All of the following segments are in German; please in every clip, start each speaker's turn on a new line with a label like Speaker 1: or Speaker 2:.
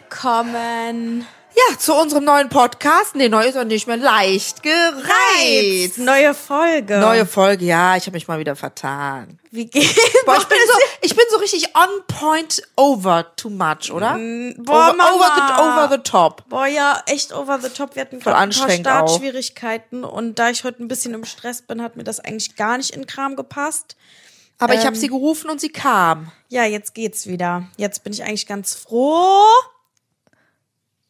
Speaker 1: Willkommen.
Speaker 2: Ja, zu unserem neuen Podcast. Nee, neu ist er nicht mehr. Leicht gereizt.
Speaker 1: Neue Folge.
Speaker 2: Neue Folge, ja, ich habe mich mal wieder vertan.
Speaker 1: Wie geht's?
Speaker 2: Boah, ich bin so, ich bin so richtig on point over too much, oder?
Speaker 1: Mm, boah,
Speaker 2: over,
Speaker 1: Mama.
Speaker 2: over the over the top.
Speaker 1: Boah, ja, echt over the top. Wir hatten gerade ein paar
Speaker 2: anstrengend auch.
Speaker 1: Startschwierigkeiten und da ich heute ein bisschen im Stress bin, hat mir das eigentlich gar nicht in den Kram gepasst.
Speaker 2: Aber ich
Speaker 1: Ähm.
Speaker 2: habe sie gerufen und sie kam.
Speaker 1: Ja, jetzt geht's wieder. Jetzt bin ich eigentlich ganz froh.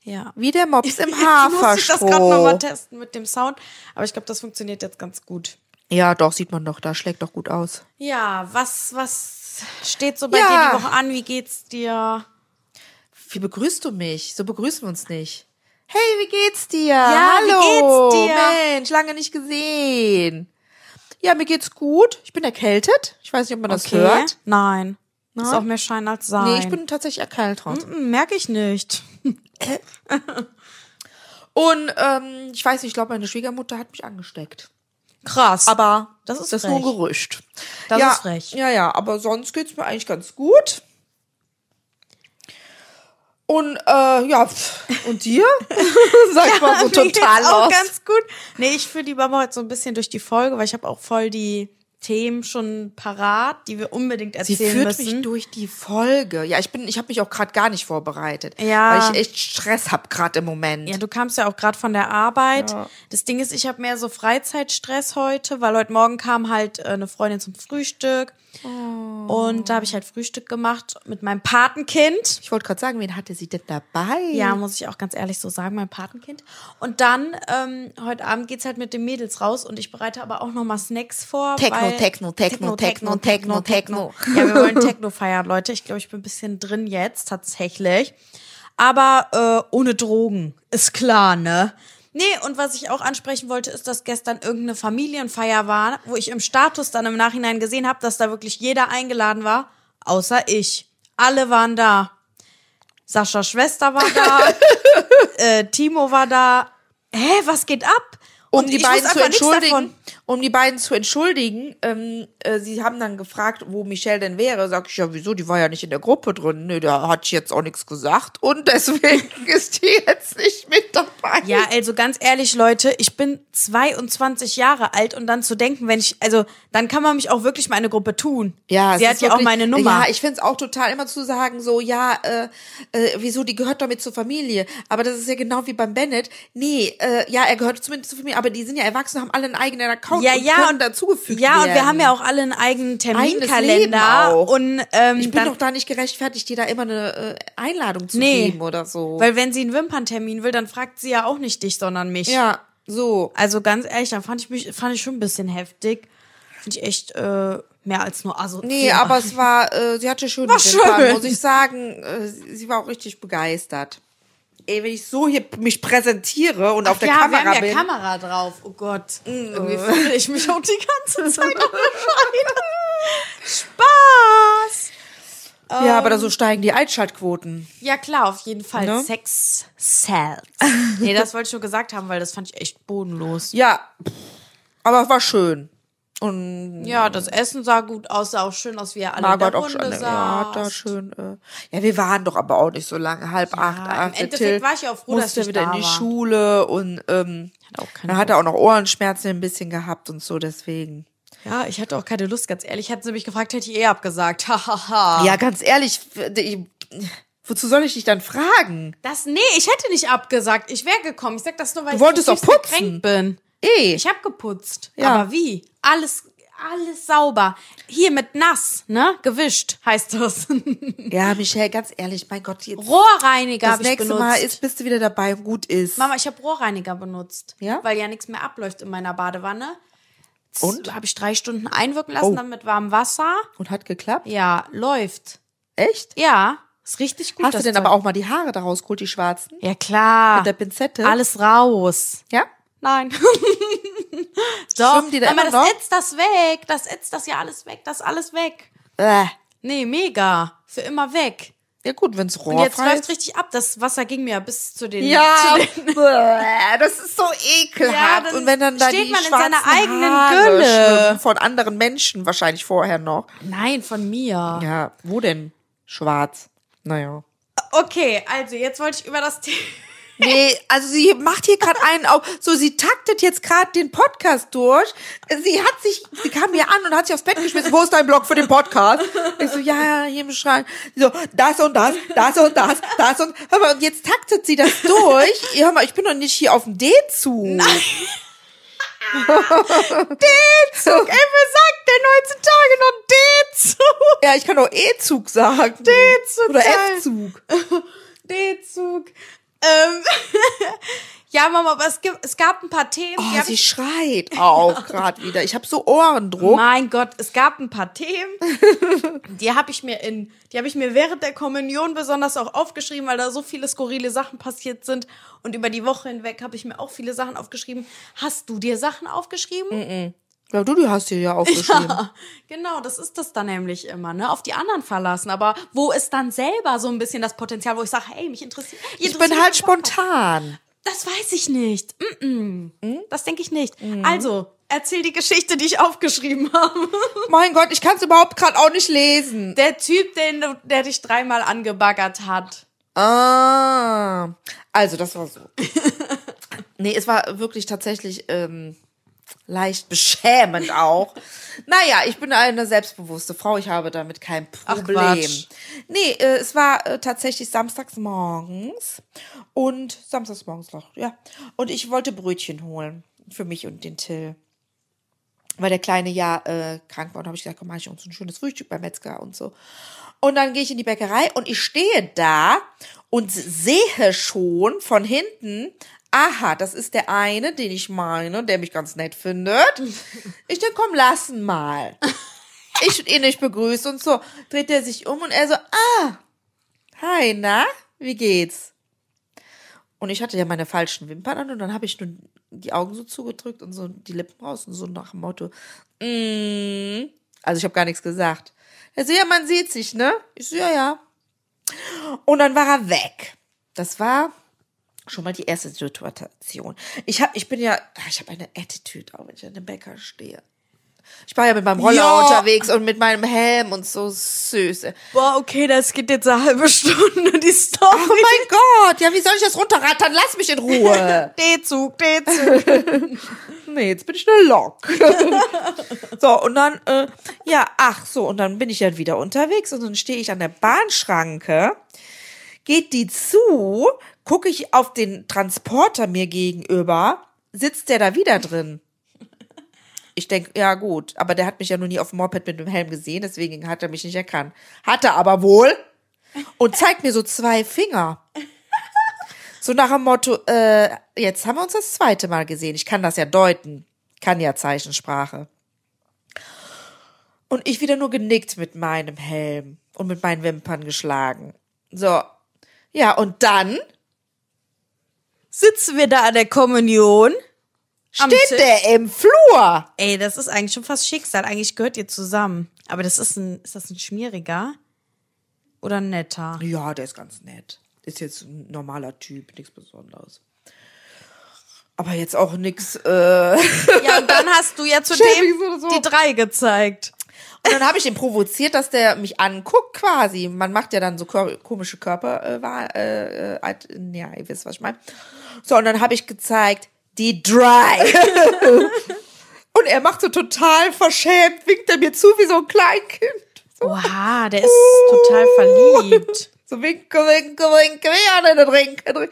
Speaker 1: Ja.
Speaker 2: Wie der Mops im
Speaker 1: Jetzt muss ich das gerade nochmal
Speaker 2: Haferstroh.
Speaker 1: testen mit dem Sound. Aber ich glaube, das funktioniert jetzt ganz gut.
Speaker 2: Ja, doch, sieht man doch, da schlägt doch gut aus.
Speaker 1: Ja, was, was steht so bei
Speaker 2: Ja.
Speaker 1: dir die Woche an? Wie geht's dir?
Speaker 2: Wie begrüßt du mich? So begrüßen wir uns nicht. Hey, wie geht's dir?
Speaker 1: Ja, wie
Speaker 2: Hallo.
Speaker 1: geht's dir?
Speaker 2: Mensch, lange nicht gesehen. Ja, mir geht's gut. Ich bin erkältet. Ich weiß nicht, ob man das hört.
Speaker 1: Nein. Ist
Speaker 2: Nein?
Speaker 1: auch mehr Schein als Sein.
Speaker 2: Nee, ich bin tatsächlich erkältet.
Speaker 1: Hm, Merke ich nicht.
Speaker 2: Und ähm, ich weiß nicht, ich glaube, meine Schwiegermutter hat mich angesteckt.
Speaker 1: Krass. Aber
Speaker 2: Aber
Speaker 1: Das ist
Speaker 2: das ist
Speaker 1: frech.
Speaker 2: nur Gerücht.
Speaker 1: Das
Speaker 2: ja,
Speaker 1: ist frech.
Speaker 2: Ja, ja, aber sonst geht's mir eigentlich ganz gut. Und äh, ja, pff, und dir? Sag ich mal so total
Speaker 1: auch
Speaker 2: los.
Speaker 1: ganz gut. Nee, ich fühle die Mama heute so ein bisschen durch die Folge, weil ich habe auch voll die Themen schon parat, die wir unbedingt
Speaker 2: Sie
Speaker 1: erzählen
Speaker 2: führt
Speaker 1: müssen.
Speaker 2: mich durch die Folge. Ja, ich bin, ich habe mich auch gerade gar nicht vorbereitet,
Speaker 1: Ja.
Speaker 2: weil ich echt Stress hab gerade im Moment.
Speaker 1: Ja, du kamst ja auch gerade von der Arbeit.
Speaker 2: Ja.
Speaker 1: Das Ding ist, ich habe mehr so Freizeitstress heute, weil heute Morgen kam halt äh, eine Freundin zum Frühstück.
Speaker 2: Oh.
Speaker 1: Und da habe ich halt Frühstück gemacht mit meinem Patenkind.
Speaker 2: Ich wollte gerade sagen, wen hatte sie denn dabei?
Speaker 1: Ja, muss ich auch ganz ehrlich so sagen, mein Patenkind. Und dann, ähm, heute Abend geht's halt mit den Mädels raus und ich bereite aber auch nochmal Snacks vor.
Speaker 2: Techno,
Speaker 1: weil-
Speaker 2: Techno, Techno, Techno, Techno, Techno.
Speaker 1: Ja, wir wollen Techno feiern, Leute. Ich glaube, ich bin ein bisschen drin jetzt, tatsächlich. Aber äh, ohne Drogen, ist klar, ne? Nee, und was ich auch ansprechen wollte, ist, dass gestern irgendeine Familienfeier war, wo ich im Status dann im Nachhinein gesehen habe, dass da wirklich jeder eingeladen war, außer ich. Alle waren da. Saschas Schwester war da, äh, Timo war da. Hä, was geht ab?
Speaker 2: um
Speaker 1: Und
Speaker 2: die
Speaker 1: ich wusste
Speaker 2: beiden zu
Speaker 1: einfach nichts davon.
Speaker 2: entschuldigen, um die beiden zu entschuldigen, ähm, äh, sie haben dann gefragt, wo Michelle denn wäre. Sag ich, ja, wieso? Die war ja nicht in der Gruppe drin. Nee, da hat ich jetzt auch nichts gesagt. Und deswegen ist die jetzt nicht mit dabei.
Speaker 1: Ja, also ganz ehrlich, Leute, ich bin 22 Jahre alt und dann zu denken, wenn ich, also dann kann man mich auch wirklich mal in eine Gruppe tun.
Speaker 2: Ja,
Speaker 1: sie
Speaker 2: es
Speaker 1: hat
Speaker 2: ist
Speaker 1: ja auch
Speaker 2: wirklich-
Speaker 1: meine Nummer.
Speaker 2: Ja, ich find's auch total immer zu sagen, so, ja, äh, äh, wieso, die gehört doch mit zur Familie. Aber das ist ja genau wie beim Bennett. Nee, äh, ja, er gehört zumindest zur Familie, aber die sind ja erwachsen, haben alle einen eigenen Account
Speaker 1: ja,
Speaker 2: und
Speaker 1: ja,
Speaker 2: können dazugefügt
Speaker 1: ja,
Speaker 2: werden.
Speaker 1: und wir haben ja auch alle einen eigenen
Speaker 2: Leben
Speaker 1: Terminkalender
Speaker 2: auch.
Speaker 1: und ähm,
Speaker 2: Ich bin
Speaker 1: dann,
Speaker 2: doch da nicht gerechtfertigt, dir da immer eine äh, Einladung zu
Speaker 1: Nee.
Speaker 2: geben oder so.
Speaker 1: weil wenn sie einen Wimperntermin will, dann fragt sie ja auch nicht dich, sondern mich.
Speaker 2: ja, so.
Speaker 1: Also ganz ehrlich, da fand ich mich, fand ich schon ein bisschen heftig. Finde ich echt äh, mehr als nur asozial.
Speaker 2: Nee, aber es war, äh, sie hatte schön
Speaker 1: War
Speaker 2: mit den Tagen,
Speaker 1: schön.
Speaker 2: muss ich sagen. Äh, sie sie war auch richtig begeistert. Ey, wenn ich so hier mich präsentiere und auf der
Speaker 1: ja,
Speaker 2: Kamera
Speaker 1: wir haben ja
Speaker 2: bin. Mm.
Speaker 1: Kamera drauf. Oh Gott. Irgendwie fühle ich mich auch die ganze Zeit auf Spaß.
Speaker 2: ja,
Speaker 1: Ähm.
Speaker 2: aber da so steigen die Einschaltquoten.
Speaker 1: Ja, klar, auf jeden Fall.
Speaker 2: Ne?
Speaker 1: Sex sells. Nee, das wollte ich nur gesagt haben, weil das fand ich echt bodenlos.
Speaker 2: Ja, pff, aber es war schön. Und
Speaker 1: Ja, das Essen sah gut aus, sah auch schön aus, wie er alle
Speaker 2: Mm. Margot
Speaker 1: in der
Speaker 2: auch
Speaker 1: Runde
Speaker 2: schon. Ja,
Speaker 1: saß.
Speaker 2: da schön. Äh, ja, wir waren doch aber auch nicht so lange. Halb acht,
Speaker 1: im
Speaker 2: acht. der
Speaker 1: Endeffekt
Speaker 2: Till
Speaker 1: war ich auch froh, dass
Speaker 2: musste
Speaker 1: ich
Speaker 2: wieder
Speaker 1: da
Speaker 2: in die
Speaker 1: war.
Speaker 2: Schule und ähm,
Speaker 1: Hat auch keine
Speaker 2: dann hat er auch noch Ohrenschmerzen ein bisschen gehabt und so, deswegen.
Speaker 1: ja, ich hatte auch keine Lust, ganz ehrlich. Hätten sie mich gefragt, hätte ich eh abgesagt. Hahaha.
Speaker 2: Ja, ganz ehrlich, ich, wozu soll ich dich dann fragen?
Speaker 1: Das, nee, ich hätte nicht abgesagt. Ich wäre gekommen. Ich sag das nur, weil
Speaker 2: Du
Speaker 1: ich
Speaker 2: wolltest
Speaker 1: zutiefst
Speaker 2: doch putzen.
Speaker 1: gekränkt bin.
Speaker 2: Eh.
Speaker 1: Ich habe geputzt.
Speaker 2: Ja.
Speaker 1: Aber wie? Alles, alles sauber. Hier mit nass, ne? Gewischt heißt das.
Speaker 2: Ja, Michelle, ganz ehrlich, mein Gott, jetzt
Speaker 1: Rohrreiniger
Speaker 2: das
Speaker 1: habe ich
Speaker 2: nächste
Speaker 1: benutzt.
Speaker 2: Mal ist, bist du wieder dabei und gut ist.
Speaker 1: Mama, ich habe Rohrreiniger benutzt.
Speaker 2: Ja?
Speaker 1: Weil ja nichts mehr abläuft in meiner Badewanne. Das
Speaker 2: Und?
Speaker 1: Habe ich drei Stunden einwirken lassen,
Speaker 2: Oh.
Speaker 1: dann mit warmem Wasser.
Speaker 2: Und hat geklappt?
Speaker 1: Ja, läuft.
Speaker 2: Echt?
Speaker 1: Ja, ist richtig gut.
Speaker 2: Hast du
Speaker 1: das
Speaker 2: denn
Speaker 1: Zeug.
Speaker 2: aber auch mal die Haare daraus geholt, die schwarzen?
Speaker 1: Ja, klar.
Speaker 2: Mit der Pinzette?
Speaker 1: Alles raus.
Speaker 2: Ja?
Speaker 1: Nein.
Speaker 2: Schwimmen die da
Speaker 1: aber
Speaker 2: immer
Speaker 1: das
Speaker 2: noch?
Speaker 1: ätzt das weg. Das ätzt das ja alles weg. Das ist alles weg.
Speaker 2: Äh.
Speaker 1: Nee, mega. Für immer weg.
Speaker 2: Ja gut, wenn's
Speaker 1: Und jetzt
Speaker 2: rohrfrei
Speaker 1: läuft
Speaker 2: ist.
Speaker 1: richtig ab. Das Wasser ging mir ja bis zu den.
Speaker 2: Ja,
Speaker 1: Zu den
Speaker 2: bäh, das ist so ekelhaft.
Speaker 1: Ja, dann
Speaker 2: und wenn dann da
Speaker 1: steht
Speaker 2: die
Speaker 1: man in
Speaker 2: schwarzen
Speaker 1: seiner eigenen
Speaker 2: Haare
Speaker 1: Gülle.
Speaker 2: schwimmen von anderen Menschen wahrscheinlich vorher noch.
Speaker 1: Nein, von mir.
Speaker 2: Ja, wo denn schwarz? Naja.
Speaker 1: Okay, also jetzt wollte ich über das Thema.
Speaker 2: Nee, also sie macht hier gerade einen auf. So, sie taktet jetzt gerade den Podcast durch. Sie hat sich, sie kam mir an und hat sich aufs Bett geschmissen. Wo ist dein Blog für den Podcast? Ich so, ja, ja, hier im Schrank. So, das und das, das und das, das und. Hör mal, und jetzt taktet sie das durch. Ja, Hör mal, ich bin doch nicht hier auf dem D-Zug. Nein. D-Zug,
Speaker 1: Ey, wer sagt denn heutzutage noch D-Zug?
Speaker 2: Ja, ich kann doch E-Zug sagen.
Speaker 1: D-Zug,
Speaker 2: Oder
Speaker 1: geil.
Speaker 2: F-Zug.
Speaker 1: D-Zug. Ähm, ja, Mama, aber es, gibt, es gab ein paar Themen, die
Speaker 2: Oh,
Speaker 1: hab
Speaker 2: sie
Speaker 1: ich
Speaker 2: schreit auch gerade wieder. Ich habe so Ohrendruck.
Speaker 1: Mein Gott, es gab ein paar Themen, die habe ich mir in, die habe ich mir während der Kommunion besonders auch aufgeschrieben, weil da so viele skurrile Sachen passiert sind und über die Woche hinweg habe ich mir auch viele Sachen aufgeschrieben. Hast du dir Sachen aufgeschrieben?
Speaker 2: Ja, du, du hast dir ja aufgeschrieben.
Speaker 1: Genau, das ist das dann nämlich immer, ne? Auf die anderen verlassen, aber wo ist dann selber so ein bisschen das Potenzial, wo ich sage, hey, mich interessiert.
Speaker 2: Ich bin halt spontan.
Speaker 1: Das weiß ich nicht. Mm -mm. Das denke ich nicht. Also, erzähl die Geschichte, die ich aufgeschrieben habe.
Speaker 2: Mein Gott, ich kann es überhaupt gerade auch nicht lesen.
Speaker 1: Der Typ, den, du- der dich dreimal angebaggert hat.
Speaker 2: Ah, also das war so. nee, es war wirklich tatsächlich ähm, leicht beschämend auch. Naja, ich bin eine selbstbewusste Frau, ich habe damit kein Problem.
Speaker 1: Quatsch.
Speaker 2: nee, äh, es war äh, tatsächlich samstags morgens und samstags morgens noch, ja. Und ich wollte Brötchen holen für mich und den Till. weil der Kleine ja äh, krank war. Und habe ich gesagt, komm, mach ich uns ein schönes Frühstück beim Metzger und so. Und dann gehe ich in die Bäckerei und ich stehe da und sehe schon von hinten, aha, das ist der eine, den ich meine, der mich ganz nett findet. Ich denke, komm, lassen mal. Ich und ihn nicht begrüßt und so dreht er sich um und er so, ah, hi, na, wie geht's? Und ich hatte ja meine falschen Wimpern an und dann habe ich nur die Augen so zugedrückt und so die Lippen raus und so nach dem Motto, mm. also ich habe gar nichts gesagt. Er so, ja, man sieht sich, ne? Ich so, ja, ja. Und dann war er weg. Das war schon mal die erste Situation. Ich hab, ich bin ja, ah, ich habe eine Attitude, auch wenn ich an dem Bäcker stehe. Ich war ja mit meinem Roller
Speaker 1: Ja.
Speaker 2: unterwegs und mit meinem Helm und so süß.
Speaker 1: Boah, okay, das geht jetzt eine halbe Stunde, die Story.
Speaker 2: Oh mein Gott, ja, wie soll ich das runterrattern? Lass mich in Ruhe.
Speaker 1: D-Zug, D-Zug.
Speaker 2: nee, jetzt bin ich eine Lok. so, und dann, äh, ja, ach so, und dann bin ich dann wieder unterwegs und dann stehe ich an der Bahnschranke, geht die zu, gucke ich auf den Transporter mir gegenüber, sitzt der da wieder drin. Ich denke, ja gut, aber der hat mich ja noch nie auf dem Moped mit dem Helm gesehen, deswegen hat er mich nicht erkannt. Hat er aber wohl und zeigt mir so zwei Finger. So nach dem Motto, äh, jetzt haben wir uns das zweite Mal gesehen. Ich kann das ja deuten. Kann ja Zeichensprache. Und ich wieder nur genickt mit meinem Helm und mit meinen Wimpern geschlagen. So. Ja, und dann
Speaker 1: Sitzen wir da an der Kommunion? Am
Speaker 2: steht
Speaker 1: Tisch.
Speaker 2: der im Flur.
Speaker 1: Ey, das ist eigentlich schon fast Schicksal. Eigentlich gehört ihr zusammen. Aber das ist ein, ist das ein schmieriger? Oder ein netter?
Speaker 2: Ja, der ist ganz nett. Ist jetzt ein normaler Typ, nichts Besonderes. Aber jetzt auch nichts. Äh
Speaker 1: Ja, und dann hast du ja zu
Speaker 2: Schäbiges oder
Speaker 1: dem
Speaker 2: so.
Speaker 1: die drei gezeigt.
Speaker 2: Und dann habe ich ihn provoziert, dass der mich anguckt quasi. Man macht ja dann so kör- komische Körper. Äh, war, äh, äh, Art- ja, ihr wisst, was ich meine. So, und dann habe ich gezeigt, die Dry. und er macht so total verschämt, winkt er mir zu wie so ein Kleinkind.
Speaker 1: Oha, der ist total verliebt.
Speaker 2: So winke, winke, winke, ja, den Ring, den Ring.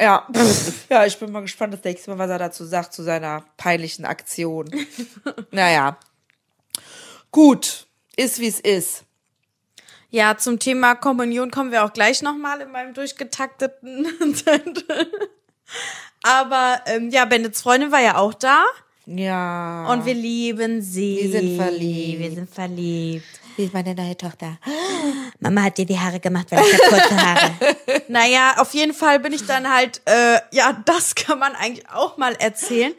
Speaker 2: Ja, pff, ja, ich bin mal gespannt das nächste Mal, was er dazu sagt, zu seiner peinlichen Aktion. naja. Gut, ist wie es ist.
Speaker 1: Ja, zum Thema Kommunion kommen wir auch gleich nochmal in meinem durchgetakteten Zettel. Aber ähm, ja, Bennets Freundin war ja auch da
Speaker 2: Ja.
Speaker 1: und wir lieben sie.
Speaker 2: Wir sind verliebt.
Speaker 1: Wir sind verliebt.
Speaker 2: Wie ist meine neue Tochter?
Speaker 3: Mama hat dir die Haare gemacht, weil ich habe kurze Haare.
Speaker 1: Naja, auf jeden Fall bin ich dann halt, äh, ja, das kann man eigentlich auch mal erzählen.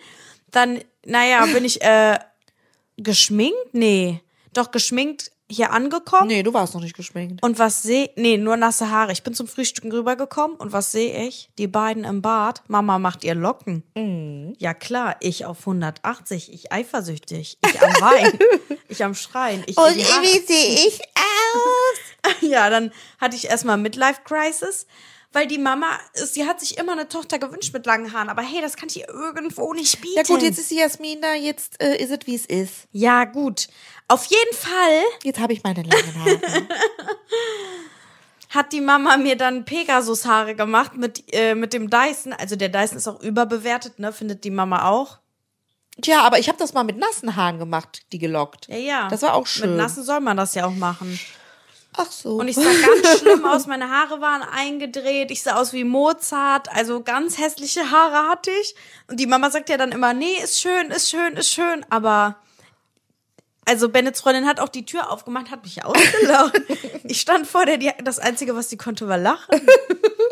Speaker 1: Dann, naja, bin ich äh, geschminkt? Nee, doch geschminkt hier angekommen.
Speaker 2: Nee, du warst noch nicht geschminkt.
Speaker 1: Und was sehe Nee, nur nasse Haare. Ich bin zum Frühstücken rübergekommen und was sehe ich? Die beiden im Bad. Mama macht ihr Locken.
Speaker 2: Mhm.
Speaker 1: Ja klar, ich auf 180, ich eifersüchtig, ich am Wein, ich am Schreien, ich in die Haare.
Speaker 3: sehe ich aus?
Speaker 1: ja, dann hatte ich erstmal Midlife Crisis, weil die Mama, sie hat sich immer eine Tochter gewünscht mit langen Haaren, aber hey, das kann ich ihr irgendwo nicht bieten.
Speaker 2: Ja gut, jetzt ist sie Jasmina, jetzt äh, ist es, wie es ist.
Speaker 1: Ja, gut. Auf jeden Fall
Speaker 2: Jetzt habe ich meine langen Haare.
Speaker 1: hat die Mama mir dann Pegasus-Haare gemacht mit, äh, mit dem Dyson. Also der Dyson ist auch überbewertet, ne? Findet die Mama auch.
Speaker 2: Tja, aber ich habe das mal mit nassen Haaren gemacht, die gelockt.
Speaker 1: Ja, ja.
Speaker 2: Das war auch schön.
Speaker 1: Mit Nassen soll man das ja auch machen.
Speaker 2: Ach so.
Speaker 1: Und ich sah ganz schlimm aus, meine Haare waren eingedreht, ich sah aus wie Mozart, also ganz hässliche Haare hatte ich. Und die Mama sagt ja dann immer, nee, ist schön, ist schön, ist schön, aber also Bennets Freundin hat auch die Tür aufgemacht, hat mich ausgelacht. ich stand vor der, die, das Einzige, was die konnte, war lachen.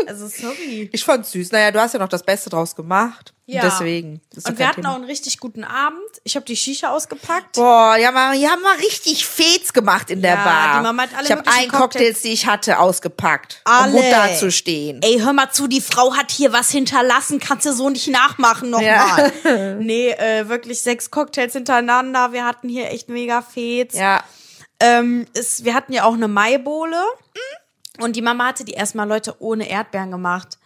Speaker 1: Also sorry.
Speaker 2: Ich fand's süß. Naja, du hast ja noch das Beste draus gemacht.
Speaker 1: Ja.
Speaker 2: Ja. Deswegen. Das ist ja
Speaker 1: Und wir
Speaker 2: kein
Speaker 1: hatten auch einen richtig guten Abend. Ich habe die Shisha ausgepackt.
Speaker 2: Boah, ja, mal, ja, mal richtig Fets gemacht in der
Speaker 1: Ja,
Speaker 2: Bar.
Speaker 1: die Mama hat alle
Speaker 2: ich habe
Speaker 1: möglichen
Speaker 2: einen Cocktails, die ich hatte, ausgepackt.
Speaker 1: Alle.
Speaker 2: Um gut dazustehen.
Speaker 1: Ey, hör mal zu, die Frau hat hier was hinterlassen, kannst du so nicht nachmachen nochmal. nee, äh, wirklich sechs Cocktails hintereinander. Wir hatten hier echt mega Fets.
Speaker 2: Ja.
Speaker 1: Ähm, es, wir hatten ja auch eine Maibohle. Und die Mama hatte die erstmal Leute ohne Erdbeeren gemacht.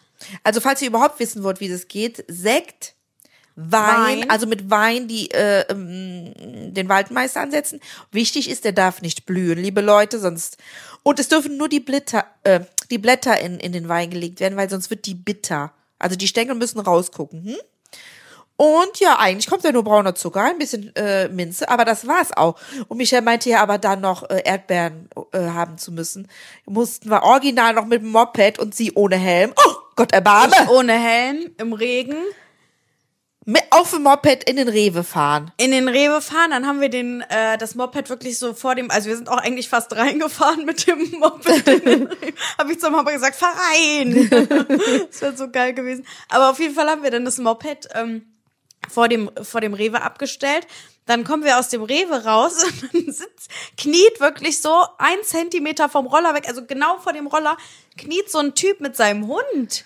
Speaker 2: Also, falls ihr überhaupt wissen wollt, wie das geht, Sekt, Wein,
Speaker 1: Wein.
Speaker 2: also mit Wein, die äh, ähm, den Waldmeister ansetzen. Wichtig ist, der darf nicht blühen, liebe Leute, sonst. Und es dürfen nur die Blätter, äh, die Blätter in, in den Wein gelegt werden, weil sonst wird die bitter. Also die Stängel müssen rausgucken. Hm? Und ja, eigentlich kommt ja nur brauner Zucker, ein bisschen äh, Minze, aber das war's auch. Und Michelle meinte ja aber dann noch äh, Erdbeeren äh, haben zu müssen. Mussten wir original noch mit dem Moped und sie ohne Helm. Oh, Gott erbarme!
Speaker 1: Ohne Helm, im Regen,
Speaker 2: Mit, auf dem Moped in den Rewe fahren.
Speaker 1: in den Rewe fahren. Dann haben wir den, äh, das Moped wirklich so vor dem, also wir sind auch eigentlich fast reingefahren mit dem Moped. Habe ich zur Mama gesagt, fahr rein. das wäre so geil gewesen. Aber auf jeden Fall haben wir dann das Moped ähm, vor, dem, vor dem Rewe abgestellt. Dann kommen wir aus dem Rewe raus und dann sitzt, kniet wirklich so ein Zentimeter vom Roller weg, also genau vor dem Roller, kniet so ein Typ mit seinem Hund.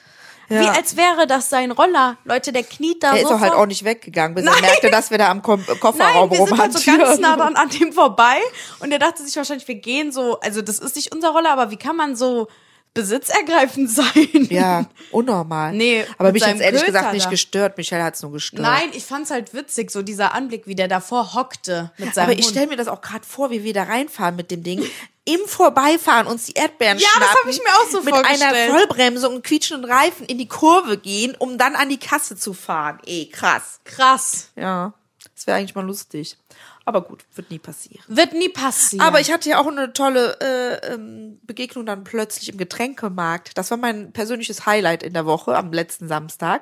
Speaker 1: Wie
Speaker 2: Ja.
Speaker 1: als wäre das sein Roller. Leute, der kniet da
Speaker 2: Er
Speaker 1: so.
Speaker 2: ist auch halt
Speaker 1: vor-
Speaker 2: auch nicht weggegangen, bis er merkte, dass wir da am Kom äh, Kofferraum
Speaker 1: Nein, wir sind halt so
Speaker 2: rumhantieren.
Speaker 1: ganz nah dran an dem vorbei. Und er dachte sich wahrscheinlich, wir gehen so, also das ist nicht unser Roller, aber wie kann man so besitzergreifend sein?
Speaker 2: ja, unnormal.
Speaker 1: Nee,
Speaker 2: aber
Speaker 1: mit
Speaker 2: mich hat's
Speaker 1: seinem
Speaker 2: ehrlich
Speaker 1: Köter
Speaker 2: gesagt nicht
Speaker 1: da.
Speaker 2: gestört. Michelle hat's nur gestört.
Speaker 1: Nein, ich fand's halt witzig, so dieser Anblick, wie der davor hockte mit seinem
Speaker 2: aber ich
Speaker 1: Hund.
Speaker 2: stelle mir das auch gerade vor, wie wir da reinfahren mit dem Ding. Im Vorbeifahren uns die Erdbeeren
Speaker 1: Ja, das
Speaker 2: schnappen.
Speaker 1: hab ich mir auch so
Speaker 2: Mit
Speaker 1: vorgestellt.
Speaker 2: einer Vollbremse und quietschenden Reifen in die Kurve gehen, um dann an die Kasse zu fahren. Eh, krass.
Speaker 1: Krass.
Speaker 2: Ja, das wäre eigentlich mal lustig. Aber gut, wird nie passieren.
Speaker 1: Wird nie passieren.
Speaker 2: Aber ich hatte ja auch eine tolle äh, ähm, Begegnung dann plötzlich im Getränkemarkt. Das war mein persönliches Highlight in der Woche am letzten Samstag.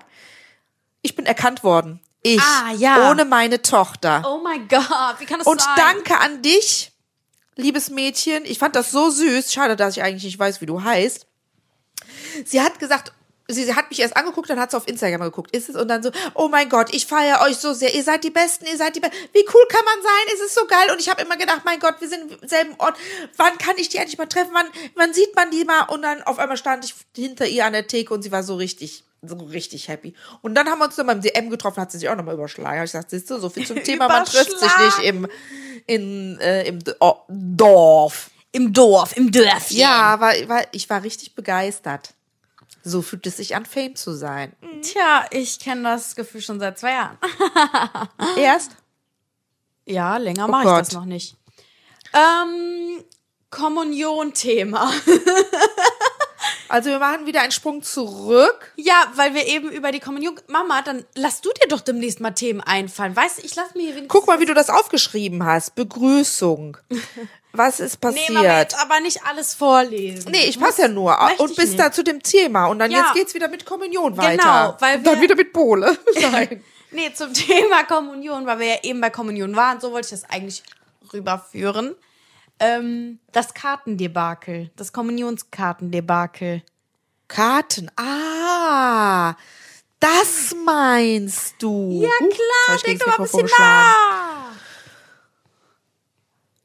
Speaker 2: Ich bin erkannt worden. Ich.
Speaker 1: Ah, ja.
Speaker 2: Ohne meine Tochter.
Speaker 1: oh mein Gott, wie kann das
Speaker 2: Und
Speaker 1: sein?
Speaker 2: danke an dich, liebes Mädchen. Ich fand das so süß. Schade, dass ich eigentlich nicht weiß, wie du heißt. Sie hat gesagt, sie, sie hat mich erst angeguckt, dann hat sie auf Instagram geguckt. Ist es? Und dann so, oh mein Gott, ich feiere euch so sehr. Ihr seid die Besten, ihr seid die Besten. Wie cool kann man sein? Es ist so geil. Und ich habe immer gedacht, mein Gott, wir sind im selben Ort. Wann kann ich die endlich mal treffen? Wann, wann sieht man die mal? Und dann auf einmal stand ich hinter ihr an der Theke und sie war so richtig. So richtig happy. Und dann haben wir uns nochmal im DM getroffen, hat sie sich auch nochmal überschlagen. Hab Ich gesagt, siehst du, so viel zum Thema, man trifft sich nicht im, in, äh, im D- oh, Dorf.
Speaker 1: Im Dorf, im Dörfchen.
Speaker 2: Ja, war, war, ich war richtig begeistert. So fühlt es sich an, Fame zu sein.
Speaker 1: Tja, ich kenne das Gefühl schon seit zwei Jahren.
Speaker 2: Erst
Speaker 1: Ja, länger mache ich
Speaker 2: Oh Gott.
Speaker 1: das noch nicht. Ähm, Kommunion-Thema.
Speaker 2: Also wir machen wieder einen Sprung zurück.
Speaker 1: Ja, weil wir eben über die Kommunion. Mama, dann lass du dir doch demnächst mal Themen einfallen. Weißt du, ich lass mir hier wenigstens.
Speaker 2: Guck mal, wie du das aufgeschrieben hast. Begrüßung. Was ist
Speaker 1: nee, Mama,
Speaker 2: passiert?
Speaker 1: jetzt aber nicht alles vorlesen.
Speaker 2: Nee, ich passe ja nur.
Speaker 1: Möchte
Speaker 2: Und
Speaker 1: ich
Speaker 2: bis
Speaker 1: nicht.
Speaker 2: da zu dem Thema. Und dann
Speaker 1: Ja. Genau,
Speaker 2: jetzt geht's wieder mit Kommunion weiter.
Speaker 1: weil
Speaker 2: Und dann
Speaker 1: wir-
Speaker 2: wieder mit Pole. Nein.
Speaker 1: Nee, zum Thema Kommunion, weil wir ja eben bei Kommunion waren, so wollte ich das eigentlich rüberführen. Ähm, das Kartendebakel, das Kommunionskartendebakel.
Speaker 2: Karten. Ah, das meinst du. Ja,
Speaker 1: Uh, Klar, denk doch mal ein bisschen nach.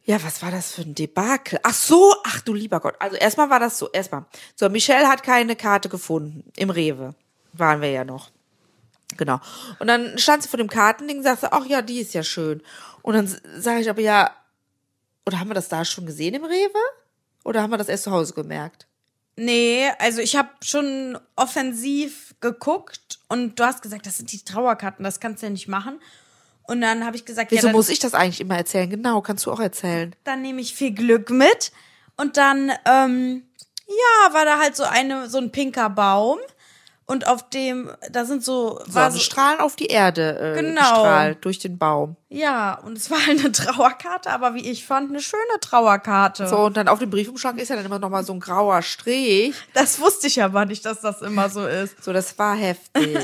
Speaker 2: Ja, was war das für ein Debakel? Ach so, ach du lieber Gott. Also erstmal war das so, erstmal. So, Michelle hat keine Karte gefunden. Im Rewe waren wir ja noch. Genau. Und dann stand sie vor dem Kartending, sagte, ach ja, die ist ja schön. Und dann sage ich aber ja, oder haben wir das da schon gesehen im Rewe? Oder haben wir das erst zu Hause gemerkt?
Speaker 1: Nee, also ich habe schon offensiv geguckt und du hast gesagt, das sind die Trauerkarten, das kannst du ja nicht machen. Und dann habe ich gesagt,
Speaker 2: Wieso
Speaker 1: ja, dann,
Speaker 2: muss ich das eigentlich immer erzählen? Genau, kannst du auch erzählen.
Speaker 1: dann nehme ich viel Glück mit. Und dann, ähm, ja, war da halt so eine, so ein pinker Baum. Und auf dem, da sind so, war so,
Speaker 2: Sonnenstrahlen auf die Erde äh,
Speaker 1: Genau.
Speaker 2: gestrahlt durch den Baum.
Speaker 1: ja, und es war halt eine Trauerkarte, aber wie ich fand, eine schöne Trauerkarte.
Speaker 2: So, und dann auf dem Briefumschlag ist ja dann immer noch mal so ein grauer Strich.
Speaker 1: Das wusste ich aber nicht, dass das immer so ist.
Speaker 2: So, das war heftig.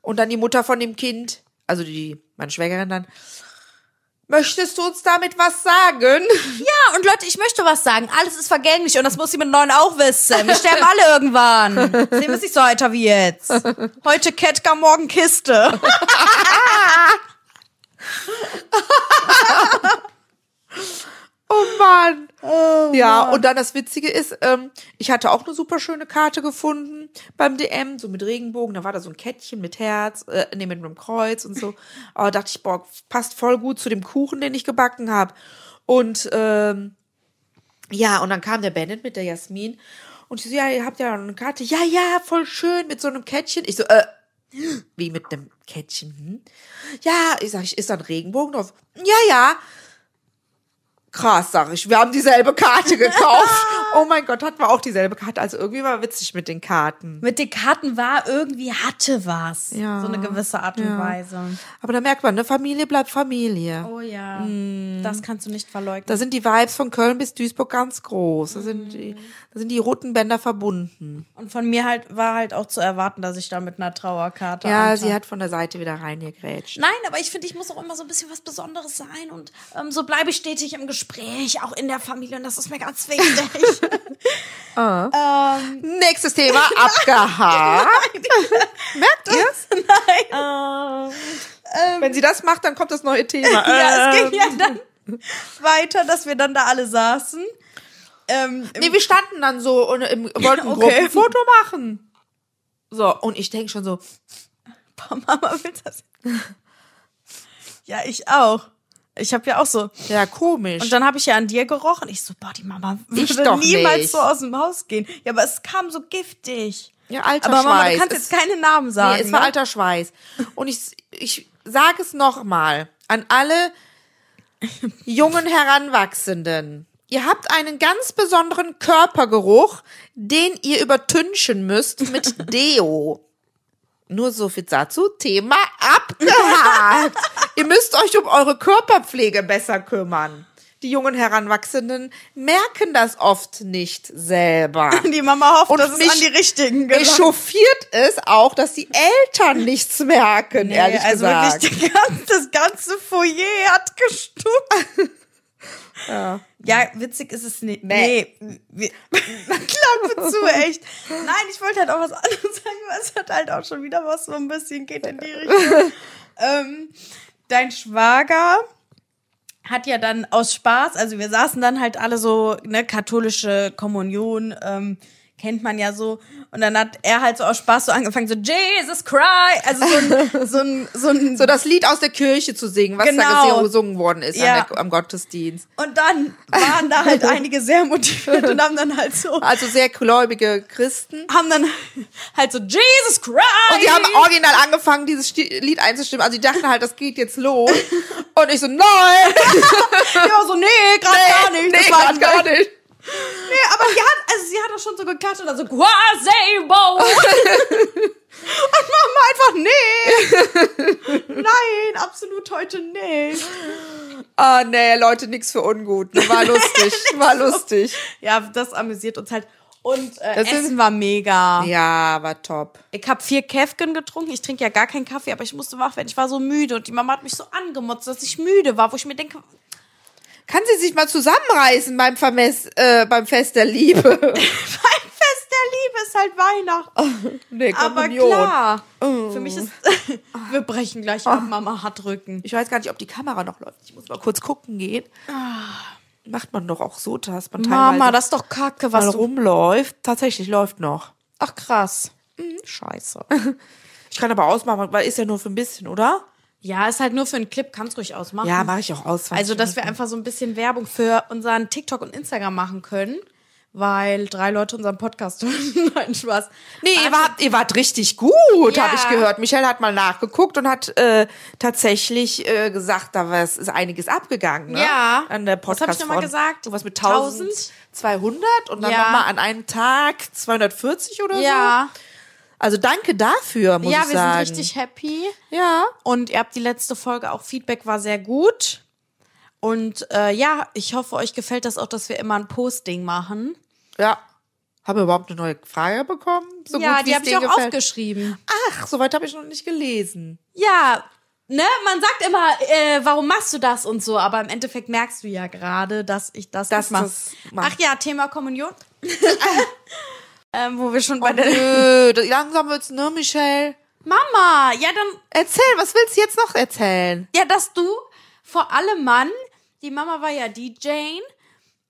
Speaker 2: und dann die Mutter von dem Kind, also die, meine Schwägerin dann, möchtest du uns damit was sagen?
Speaker 1: Ja, und Leute, ich möchte was sagen. Alles ist vergänglich und das muss sie mit neun auch wissen. Wir sterben alle irgendwann. Sehen wir es nicht so heiter wie jetzt. Heute Ketka, morgen Kiste.
Speaker 2: Oh Mann. ja, und dann das Witzige ist, ähm, ich hatte auch eine super schöne Karte gefunden beim DM, so mit Regenbogen. Da war da so ein Kettchen mit Herz, äh, nee, mit einem Kreuz und so. Aber dachte ich, boah, passt voll gut zu dem Kuchen, den ich gebacken habe. Und ähm, ja, und dann kam der Bennett mit der Jasmin. Und sie so, ja, ihr habt ja noch eine Karte. Ja, ja, voll schön mit so einem Kettchen. Ich so, äh, wie mit einem Kettchen? Hm? Ja, ich sag, ist da ein Regenbogen drauf? Ja, ja. Krass, sag ich. Wir haben dieselbe Karte gekauft. oh mein Gott, hatten wir auch dieselbe Karte. Also irgendwie war witzig mit den Karten.
Speaker 1: Mit den Karten war irgendwie hatte was.
Speaker 2: Ja.
Speaker 1: So eine gewisse Art und
Speaker 2: Ja.
Speaker 1: Weise.
Speaker 2: Aber da merkt man, ne, Familie bleibt Familie.
Speaker 1: Oh ja.
Speaker 2: Mm.
Speaker 1: Das kannst du nicht verleugnen.
Speaker 2: Da sind die Vibes von Köln bis Duisburg ganz groß. Da sind die, da sind die roten Bänder verbunden.
Speaker 1: Und von mir halt war halt auch zu erwarten, dass ich da mit einer Trauerkarte
Speaker 2: Ja,
Speaker 1: antanze.
Speaker 2: sie hat von der Seite wieder reingegrätscht.
Speaker 1: Nein, aber ich finde, ich muss auch immer so ein bisschen was Besonderes sein und ähm, so bleibe ich stetig im Gespräch, auch in der Familie und das ist mir ganz wichtig. ähm,
Speaker 2: Nächstes Thema, abgehakt. Merkt ihr? Oh. Wenn sie das macht, dann kommt das neue Thema. Ähm,
Speaker 1: ja, es ging ja dann weiter, dass wir dann da alle saßen. Ähm, im-
Speaker 2: Nee, wir standen dann so und im, wollten
Speaker 1: Okay.
Speaker 2: okay. ein Foto machen. So, und ich denke schon so,
Speaker 1: Boah, Mama will das. ja, ich auch. Ich habe ja auch so.
Speaker 2: ja, komisch.
Speaker 1: Und dann habe ich ja an dir gerochen. Ich so, boah, die Mama
Speaker 2: Ich
Speaker 1: würde
Speaker 2: doch
Speaker 1: niemals
Speaker 2: nicht.
Speaker 1: so aus dem Haus gehen. Ja, aber es kam so giftig.
Speaker 2: ja, alter
Speaker 1: Aber Mama, du
Speaker 2: Schweiß.
Speaker 1: kannst
Speaker 2: Es-
Speaker 1: jetzt keine Namen sagen.
Speaker 2: nee, es war halt
Speaker 1: ne?
Speaker 2: alter Schweiß. Und ich, ich sage es nochmal an alle jungen Heranwachsenden. Ihr habt einen ganz besonderen Körpergeruch, den ihr übertünchen müsst mit Deo. Nur so viel dazu. Thema abgehakt. ihr müsst euch um eure Körperpflege besser kümmern. Die jungen Heranwachsenden merken das oft nicht selber.
Speaker 1: Die Mama hofft,
Speaker 2: Und
Speaker 1: dass es
Speaker 2: mich-
Speaker 1: an die richtigen gelangt.
Speaker 2: Echauffiert ist auch, dass die Eltern nichts merken, ehrlich
Speaker 1: also
Speaker 2: gesagt.
Speaker 1: wirklich die ganze, das ganze Foyer hat gestummt. Ja. witzig ist es nicht. Nee.
Speaker 2: Nee.
Speaker 1: nee. Klappe zu, echt. Nein, ich wollte halt auch was anderes sagen, aber es hat halt auch schon wieder was so ein bisschen geht in die Richtung. ähm, dein Schwager hat ja dann aus Spaß, also wir saßen dann halt alle so, ne, katholische Kommunion, ähm, kennt man ja so. Und dann hat er halt so aus Spaß so angefangen, so Jesus Christ, also so ein, so ein, so ein
Speaker 2: so das Lied aus der Kirche zu singen, was
Speaker 1: Genau.
Speaker 2: da gesungen worden ist
Speaker 1: Ja.
Speaker 2: an der, am Gottesdienst.
Speaker 1: und dann waren da halt einige sehr motiviert und haben dann halt so,
Speaker 2: Also sehr gläubige Christen.
Speaker 1: haben dann halt so Jesus Christ.
Speaker 2: Und die haben original angefangen, dieses Sti- Lied einzustimmen. Also die dachten halt, das geht jetzt los. Und ich so, nein,
Speaker 1: ja so, nee, gerade gar nicht.
Speaker 2: nee,
Speaker 1: das war
Speaker 2: grad gar nicht.
Speaker 1: Nee, aber die hat, also sie hat das schon so geklatscht und dann so, Quasebo! und Mama einfach, nee! Nein, absolut heute nicht.
Speaker 2: Ah, nee, Leute, nix für ungut. War lustig, war lustig.
Speaker 1: Ja, das amüsiert uns halt. Und äh,
Speaker 2: Das ist-
Speaker 1: Essen war mega.
Speaker 2: Ja, war top.
Speaker 1: Ich habe vier Käfken getrunken. Ich trinke ja gar keinen Kaffee, aber ich musste wach werden. Ich war so müde und die Mama hat mich so angemotzt, dass ich müde war, wo ich mir denke,
Speaker 2: Kann sie sich mal zusammenreißen beim Vermess, äh, beim Fest der Liebe?
Speaker 1: mein Fest der Liebe ist halt Weihnachten.
Speaker 2: Nee,
Speaker 1: Aber
Speaker 2: Kommunion.
Speaker 1: klar, für mich ist, wir brechen gleich ab, Mama hat Rücken.
Speaker 2: Ich weiß gar nicht, ob die Kamera noch läuft. Ich muss mal kurz gucken gehen. Macht man doch auch so, dass man teilweise
Speaker 1: Ah. Mama, das ist doch kacke, was
Speaker 2: mal
Speaker 1: du
Speaker 2: rumläuft. Tatsächlich läuft noch.
Speaker 1: Ach krass.
Speaker 2: Scheiße. Ich kann aber ausmachen, weil ist ja nur für ein bisschen, oder?
Speaker 1: Ja, ist halt nur für einen Clip, kannst ruhig ausmachen.
Speaker 2: Ja, mache ich auch aus.
Speaker 1: Also, dass wir einfach so ein bisschen Werbung für unseren TikTok und Instagram machen können, weil drei Leute unseren Podcast hören. Nein, Spaß.
Speaker 2: Nee, ihr wart, ihr wart richtig gut,
Speaker 1: Ja.
Speaker 2: habe ich gehört. Michelle hat mal nachgeguckt und hat äh, tatsächlich äh, gesagt, da war es ist einiges abgegangen. Ne?
Speaker 1: Ja.
Speaker 2: An der
Speaker 1: Was
Speaker 2: Podcast.
Speaker 1: hab ich noch mal gesagt?
Speaker 2: So was mit
Speaker 1: 1000?
Speaker 2: 1200 und dann
Speaker 1: Ja.
Speaker 2: nochmal an einem Tag 240 oder so.
Speaker 1: Ja,
Speaker 2: Also danke dafür, muss
Speaker 1: ja,
Speaker 2: ich
Speaker 1: wir
Speaker 2: sagen.
Speaker 1: sind richtig happy.
Speaker 2: Ja.
Speaker 1: Und ihr habt die letzte Folge auch Feedback war sehr gut. Und äh, ja, ich hoffe, euch gefällt das auch, dass wir immer ein Posting machen.
Speaker 2: Ja. Haben wir überhaupt eine neue Frage bekommen? So
Speaker 1: ja,
Speaker 2: gut,
Speaker 1: die
Speaker 2: wie's
Speaker 1: habe ich auch
Speaker 2: denen gefällt.
Speaker 1: aufgeschrieben.
Speaker 2: Ach, soweit habe ich noch nicht gelesen.
Speaker 1: Ja, ne, man sagt immer, äh, warum machst du das und so, aber im Endeffekt merkst du ja gerade, dass ich das
Speaker 2: Dass
Speaker 1: nicht mache.
Speaker 2: das macht.
Speaker 1: Ach ja, Thema Kommunion. ähm, wo wir schon bei der
Speaker 2: Nö, das- langsam wird's, ne, Michelle?
Speaker 1: Mama, ja dann,
Speaker 2: Erzähl, was willst du jetzt noch erzählen?
Speaker 1: ja, dass du vor allem Mann, die Mama war ja DJ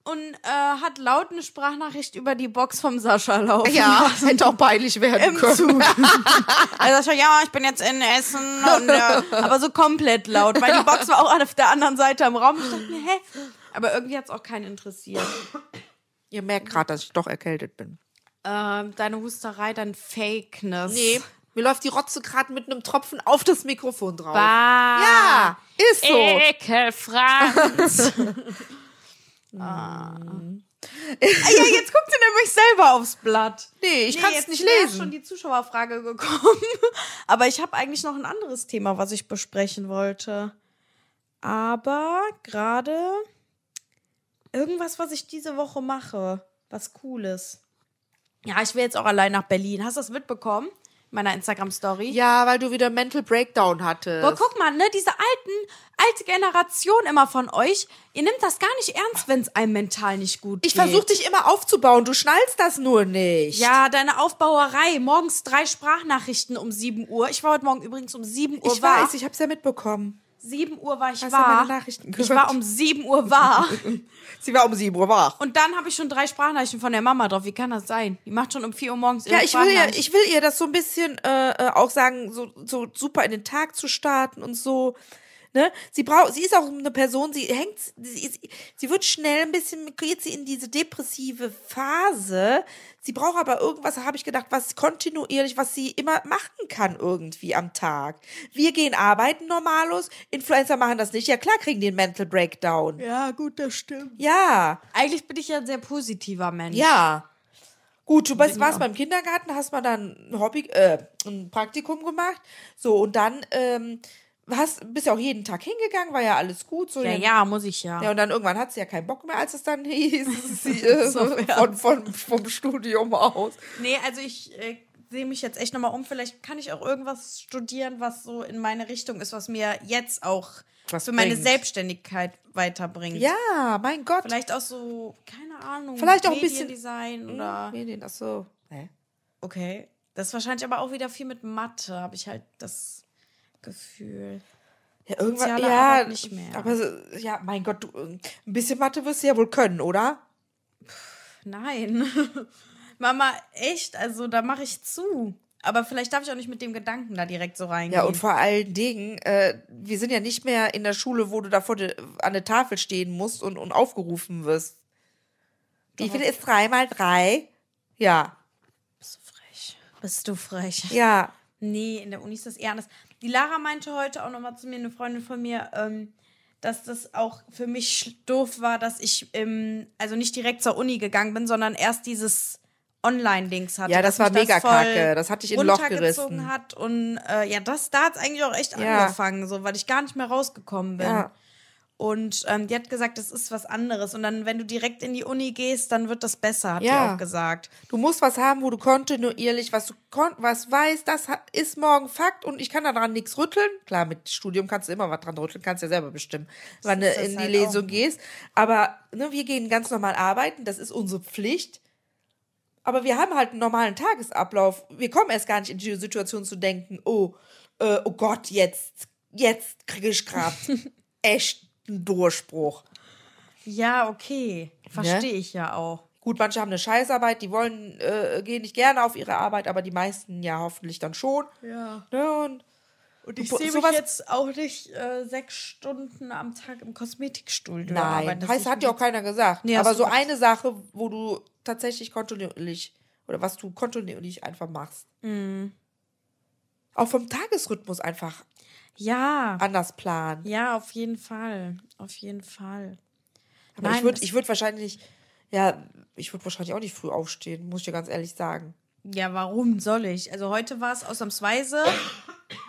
Speaker 1: und äh, hat laut eine Sprachnachricht über die Box vom Sascha laufen.
Speaker 2: Ja, hätte auch peinlich werden können.
Speaker 1: Also Sascha, ja, ich bin jetzt in Essen und äh, aber so komplett laut, weil die Box war auch auf der anderen Seite im Raum. Ich dachte mir, hä? Aber irgendwie hat's auch keinen interessiert.
Speaker 2: Ihr merkt gerade, dass ich doch erkältet bin.
Speaker 1: Ähm, deine Husterei, dein Fakeness.
Speaker 2: Nee, mir läuft die Rotze gerade mit einem Tropfen auf das Mikrofon drauf.
Speaker 1: Bah.
Speaker 2: Ja, ist so.
Speaker 1: Ekel, Franz. ah. ja, jetzt guckt ihr nämlich selber aufs Blatt.
Speaker 2: Nee, ich
Speaker 1: Nee,
Speaker 2: kann's
Speaker 1: jetzt
Speaker 2: nicht
Speaker 1: wäre
Speaker 2: lesen.
Speaker 1: schon die Zuschauerfrage gekommen. Aber ich habe eigentlich noch ein anderes Thema, was ich besprechen wollte. Aber gerade irgendwas, was ich diese Woche mache, was Cooles. Ja, ich will jetzt auch allein nach Berlin. Hast du das mitbekommen? In meiner Instagram-Story?
Speaker 2: Ja, weil du wieder Mental Breakdown hattest.
Speaker 1: Boah, guck mal, ne, diese alten, alte Generation immer von euch, ihr nimmt das gar nicht ernst, wenn es einem mental nicht gut geht.
Speaker 2: ich versuche dich immer aufzubauen, du schnallst das nur nicht.
Speaker 1: Ja, deine Aufbauerei. Morgens drei Sprachnachrichten um 7 Uhr. Ich war heute Morgen übrigens um 7 Uhr
Speaker 2: ich
Speaker 1: wahr.
Speaker 2: weiß, ich hab's ja mitbekommen.
Speaker 1: 7 Uhr war ich
Speaker 2: Hast du
Speaker 1: wahr.
Speaker 2: meine Nachrichten
Speaker 1: ich
Speaker 2: gehört?
Speaker 1: war um 7 Uhr wahr.
Speaker 2: Sie war um 7 Uhr wach.
Speaker 1: Und dann habe ich schon drei Sprachnachrichten von der Mama drauf. Wie kann das sein? Die macht schon um 4 Uhr morgens
Speaker 2: Ja,
Speaker 1: ihre
Speaker 2: ich will ja,
Speaker 1: Sprachnachrichten.
Speaker 2: ich will ihr das so ein bisschen äh, äh, auch sagen, so, so super in den Tag zu starten und so. Ne? Sie braucht, sie ist auch eine Person, sie hängt, sie, sie, sie wird schnell ein bisschen, geht sie in diese depressive Phase. Sie braucht aber irgendwas, habe ich gedacht, was kontinuierlich, was sie immer machen kann irgendwie am Tag. Wir gehen arbeiten normalos, Influencer machen das nicht. Ja klar, kriegen den Mental Breakdown.
Speaker 1: Ja, gut, das stimmt.
Speaker 2: Ja,
Speaker 1: Eigentlich bin ich ja ein sehr positiver Mensch.
Speaker 2: ja. Gut, du bist, warst beim Kindergarten, hast mal dann ein Hobby, äh, ein Praktikum gemacht. So, und dann ähm, hast, bist ja auch jeden Tag hingegangen, war ja alles gut. So,
Speaker 1: Ja, ja, muss ich ja.
Speaker 2: Ja, und dann irgendwann hat sie ja keinen Bock mehr, als es dann hieß, sie, äh, von, von, vom Studium aus.
Speaker 1: Nee, also ich äh, sehe mich jetzt echt nochmal um. Vielleicht kann ich auch irgendwas studieren, was so in meine Richtung ist, was mir jetzt auch
Speaker 2: Was
Speaker 1: für meine
Speaker 2: bringt.
Speaker 1: Selbstständigkeit weiterbringt.
Speaker 2: Ja, mein Gott.
Speaker 1: Vielleicht auch so, keine Ahnung,
Speaker 2: Vielleicht auch ein bisschen- Hm.
Speaker 1: Mediendesign oder.
Speaker 2: Medien, ach so. Hä?
Speaker 1: Okay. Das ist wahrscheinlich aber auch wieder viel mit Mathe, habe ich halt das Gefühl.
Speaker 2: Ja, irgendwann,
Speaker 1: Soziale
Speaker 2: ja,
Speaker 1: Arbeit nicht mehr.
Speaker 2: aber so- ja, mein Gott, du, ein bisschen Mathe wirst du ja wohl können, oder?
Speaker 1: Nein. Mama, echt? Also da mache ich zu. Aber vielleicht darf ich auch nicht mit dem Gedanken da direkt so reingehen.
Speaker 2: Ja, und vor allen Dingen, äh, wir sind ja nicht mehr in der Schule, wo du da vor de, an der Tafel stehen musst und, und aufgerufen wirst. Wie viel ist drei mal drei? Ja,
Speaker 1: Bist du frech? Bist du frech?
Speaker 2: ja.
Speaker 1: Nee, in der Uni ist das eher anders. Die Lara meinte heute auch nochmal zu mir, eine Freundin von mir, ähm, dass das auch für mich sch- doof war, dass ich ähm, also nicht direkt zur Uni gegangen bin, sondern erst dieses Online-Dings hatte.
Speaker 2: Ja, das
Speaker 1: dass
Speaker 2: war
Speaker 1: mich
Speaker 2: mega
Speaker 1: voll
Speaker 2: kacke. Das hat dich in ein Loch
Speaker 1: runtergezogen
Speaker 2: gerissen.
Speaker 1: hat und äh, ja, das da hat es eigentlich auch echt
Speaker 2: Ja.
Speaker 1: angefangen, so, weil ich gar nicht mehr rausgekommen bin.
Speaker 2: Ja.
Speaker 1: Und ähm, die hat gesagt, das ist was anderes. Und dann, wenn du direkt in die Uni gehst, dann wird das besser, hat
Speaker 2: Ja.
Speaker 1: die auch gesagt.
Speaker 2: Du musst was haben, wo du kontinuierlich, was du kon was weißt, das ha- ist morgen Fakt und ich kann daran nichts rütteln. Klar, mit Studium kannst du immer was dran rütteln, kannst ja selber bestimmen, wann du
Speaker 1: ist das
Speaker 2: in die
Speaker 1: halt
Speaker 2: Lesung
Speaker 1: auch.
Speaker 2: gehst. Aber ne, wir gehen ganz normal arbeiten, das ist unsere Pflicht. Aber wir haben halt einen normalen Tagesablauf. Wir kommen erst gar nicht in die Situation zu denken, oh, äh, oh Gott, jetzt, jetzt kriege ich gerade echt einen Durchbruch.
Speaker 1: Ja, okay.
Speaker 2: Ne?
Speaker 1: Verstehe ich ja auch.
Speaker 2: Gut, manche haben eine Scheißarbeit, die wollen, äh, gehen nicht gerne auf ihre Arbeit, aber die meisten ja hoffentlich dann schon.
Speaker 1: Ja.
Speaker 2: Ne? Und
Speaker 1: Und ich
Speaker 2: Bo-
Speaker 1: sehe mich
Speaker 2: sowas-
Speaker 1: jetzt auch nicht äh, sechs Stunden am Tag im Kosmetikstuhl
Speaker 2: Nein,
Speaker 1: Das
Speaker 2: heißt,
Speaker 1: ich
Speaker 2: hat ja auch keiner gesagt.
Speaker 1: Nee,
Speaker 2: aber
Speaker 1: hast
Speaker 2: so
Speaker 1: du recht.
Speaker 2: eine Sache, wo du tatsächlich kontinuierlich oder was du kontinuierlich einfach machst.
Speaker 1: Mhm.
Speaker 2: Auch vom Tagesrhythmus einfach
Speaker 1: Ja,
Speaker 2: anders planen.
Speaker 1: ja, auf jeden Fall. Auf jeden Fall.
Speaker 2: Aber
Speaker 1: Nein,
Speaker 2: ich würde
Speaker 1: das-
Speaker 2: ich würd wahrscheinlich, ja, ich würde wahrscheinlich auch nicht früh aufstehen, muss ich dir ganz ehrlich sagen.
Speaker 1: Ja, warum soll ich? Also heute war es ausnahmsweise,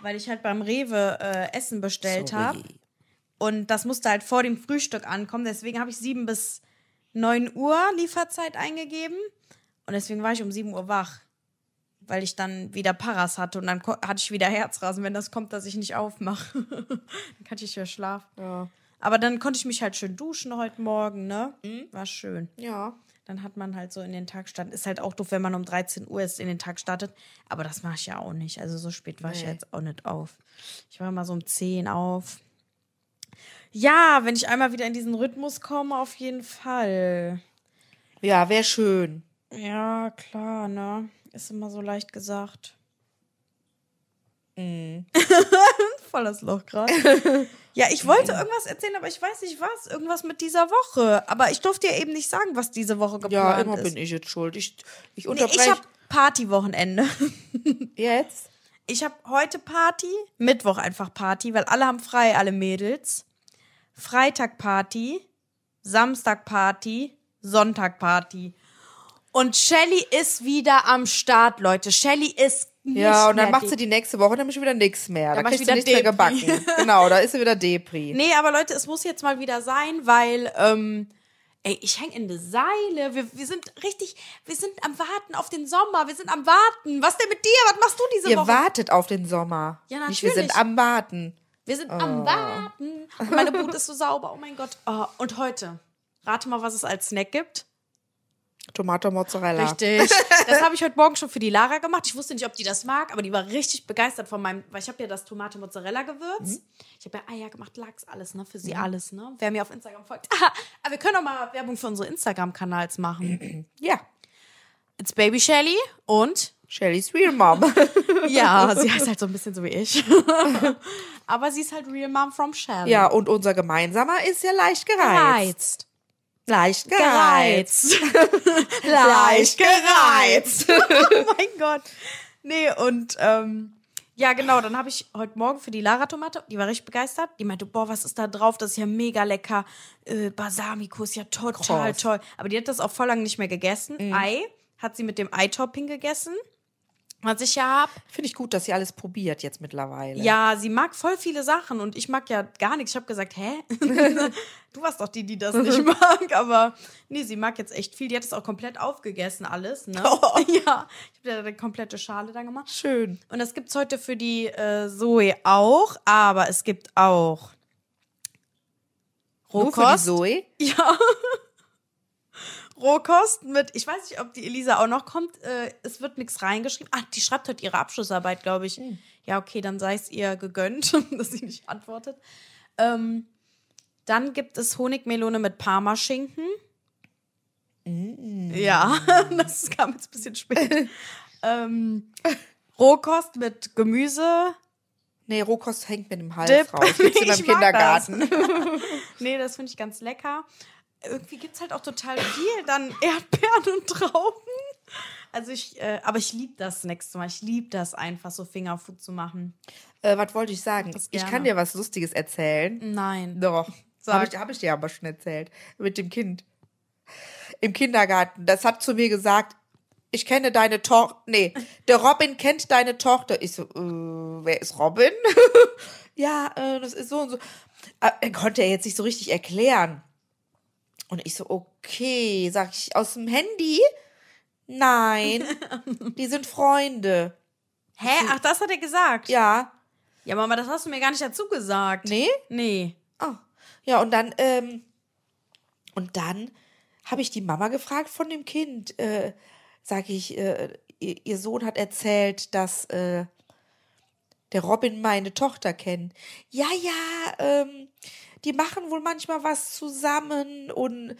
Speaker 1: weil ich halt beim Rewe äh, Essen bestellt
Speaker 2: Sorry.
Speaker 1: habe. Und das musste halt vor dem Frühstück ankommen. Deswegen habe ich 7 bis 9 Uhr Lieferzeit eingegeben. Und deswegen war ich um 7 Uhr wach. Weil ich dann wieder Paras hatte und dann ko- hatte ich wieder Herzrasen, wenn das kommt, dass ich nicht aufmache. dann kann ich ja schlafen.
Speaker 2: Ja.
Speaker 1: Aber dann konnte ich mich halt schön duschen heute Morgen, ne? War schön.
Speaker 2: Ja.
Speaker 1: Dann hat man halt so in den Tag startet. Ist halt auch doof, wenn man um 13 Uhr ist in den Tag startet. Aber das mache ich ja auch nicht. Also so spät war ich
Speaker 2: Nee.
Speaker 1: ja jetzt auch nicht auf. Ich war immer so um 10 auf. Ja, wenn ich einmal wieder in diesen Rhythmus komme, auf jeden Fall.
Speaker 2: Ja, wäre schön.
Speaker 1: Ja, klar, ne? Ist immer so leicht gesagt.
Speaker 2: Mhm.
Speaker 1: Voll das Loch gerade. ja, ich wollte irgendwas erzählen, aber ich weiß nicht was. Irgendwas mit dieser Woche. Aber ich durfte ja eben nicht sagen, was diese Woche geplant
Speaker 2: Ja, immer
Speaker 1: ist.
Speaker 2: bin ich jetzt schuld. Ich, ich
Speaker 1: Nee,
Speaker 2: unterbreche.
Speaker 1: ich habe Partywochenende.
Speaker 2: jetzt?
Speaker 1: Ich habe heute Party, Mittwoch einfach Party, weil alle haben frei, alle Mädels. Freitag Party, Samstag Party, Sonntag Party. Und Shelly ist wieder am Start, Leute. Shelly ist nicht
Speaker 2: Ja, und dann
Speaker 1: mehr
Speaker 2: macht sie die nächste Woche nämlich wieder nichts mehr. Da
Speaker 1: Dann mach ich
Speaker 2: kriegst du
Speaker 1: wieder
Speaker 2: nichts mehr
Speaker 1: Depri.
Speaker 2: gebacken. genau, da ist sie wieder Depri.
Speaker 1: Nee, aber Leute, es muss jetzt mal wieder sein, weil, ähm, ey, ich hänge in der Seile. Wir, wir sind richtig, wir sind am Warten auf den Sommer. Wir sind am Warten. Was denn mit dir? Was machst du diese
Speaker 2: Ihr
Speaker 1: Woche?
Speaker 2: wartet auf den Sommer.
Speaker 1: Ja,
Speaker 2: Nicht, wir sind
Speaker 1: natürlich.
Speaker 2: am Warten.
Speaker 1: Wir sind am Warten. Und meine Brut ist so sauber. Oh mein Gott. Oh, und heute, rate mal, was es als Snack gibt.
Speaker 2: Tomate Mozzarella.
Speaker 1: Richtig. Das habe ich heute Morgen schon für die Lara gemacht. Ich wusste nicht, ob die das mag, aber die war richtig begeistert von meinem, weil ich habe ja das Tomate-Mozzarella-Gewürz. Ich habe ja Eier gemacht, Lachs, alles, ne? Für sie alles, ne? Wer mir auf Instagram folgt. Ah, aber wir können auch mal Werbung für unsere Instagram-Kanals machen.
Speaker 2: Ja.
Speaker 1: It's Baby Shelly und
Speaker 2: Shellys Real Mom.
Speaker 1: ja, sie heißt halt so ein bisschen so wie ich. aber sie ist halt Real Mom from Shelly.
Speaker 2: ja, und unser gemeinsamer ist ja leicht gereizt.
Speaker 1: Gereizt.
Speaker 2: Leicht
Speaker 1: gereizt.
Speaker 2: Leicht gereizt.
Speaker 1: oh mein Gott. Nee, und ähm, ja, genau, dann habe ich heute Morgen für die Lara-Tomate, die war richtig begeistert, die meinte, boah, was ist da drauf? Das ist ja mega lecker. Äh, Balsamico ist ja total
Speaker 2: Groß.
Speaker 1: toll. Aber die hat das auch voll lange nicht mehr gegessen. Ei hat sie mit dem Ei-Topping gegessen. Was ich ja hab.
Speaker 2: Finde ich gut, dass sie alles probiert jetzt mittlerweile.
Speaker 1: Ja, sie mag voll viele Sachen und ich mag ja gar nichts. Ich habe gesagt, hä? du warst doch die, die das nicht mag, aber nee, sie mag jetzt echt viel. Die hat es auch komplett aufgegessen, alles, ne?
Speaker 2: Oh.
Speaker 1: Ja, ich habe ja eine komplette Schale dann gemacht.
Speaker 2: Schön.
Speaker 1: Und das gibt's heute für die äh, Zoe auch, aber es gibt auch Rohkost.
Speaker 2: Nur für die Zoe.
Speaker 1: Ja. Rohkost mit, ich weiß nicht, ob die Elisa auch noch kommt. Äh, es wird nichts reingeschrieben. Ah, die schreibt heute ihre Abschlussarbeit, glaube ich. Ja, okay, dann sei es ihr gegönnt, dass sie nicht antwortet. Ähm, dann gibt es Honigmelone mit Parmaschinken. Ja, das kam jetzt ein bisschen spät. ähm, Rohkost mit Gemüse.
Speaker 2: Nee, Rohkost hängt mit dem Hals
Speaker 1: Dip.
Speaker 2: raus. Gibt's immer im
Speaker 1: Ich mag das.
Speaker 2: Kindergarten.
Speaker 1: Nee, das finde ich ganz lecker. Irgendwie gibt es halt auch total viel. Dann Erdbeeren und Trauben. Also ich, äh, aber ich liebe das nächste Mal. Ich liebe das einfach, so Fingerfood zu machen.
Speaker 2: Äh, was wollte ich sagen?
Speaker 1: Das
Speaker 2: Ich
Speaker 1: gerne.
Speaker 2: kann dir was Lustiges erzählen.
Speaker 1: Nein.
Speaker 2: Doch.
Speaker 1: Sag.
Speaker 2: Habe ich, hab ich dir aber schon erzählt. Mit dem Kind. Im Kindergarten. Das hat zu mir gesagt, ich kenne deine Tochter. Nee, der Robin kennt deine Tochter. Ich so, äh, wer ist Robin? ja, äh, das ist so und so. Äh, Er konnte er jetzt nicht so richtig erklären. Und ich so, okay, sag ich, aus dem Handy? Nein, die sind Freunde.
Speaker 1: Hä? Ach, das hat er gesagt.
Speaker 2: Ja,
Speaker 1: Ja, Mama, das hast du mir gar nicht dazu gesagt.
Speaker 2: nee?
Speaker 1: Nee.
Speaker 2: Ah, ja, und dann, ähm, und dann habe ich die Mama gefragt von dem Kind, äh, sage ich, äh, ihr, ihr Sohn hat erzählt, dass äh, der Robin meine Tochter kennt. Ja, ja, ähm, die machen wohl manchmal was zusammen und,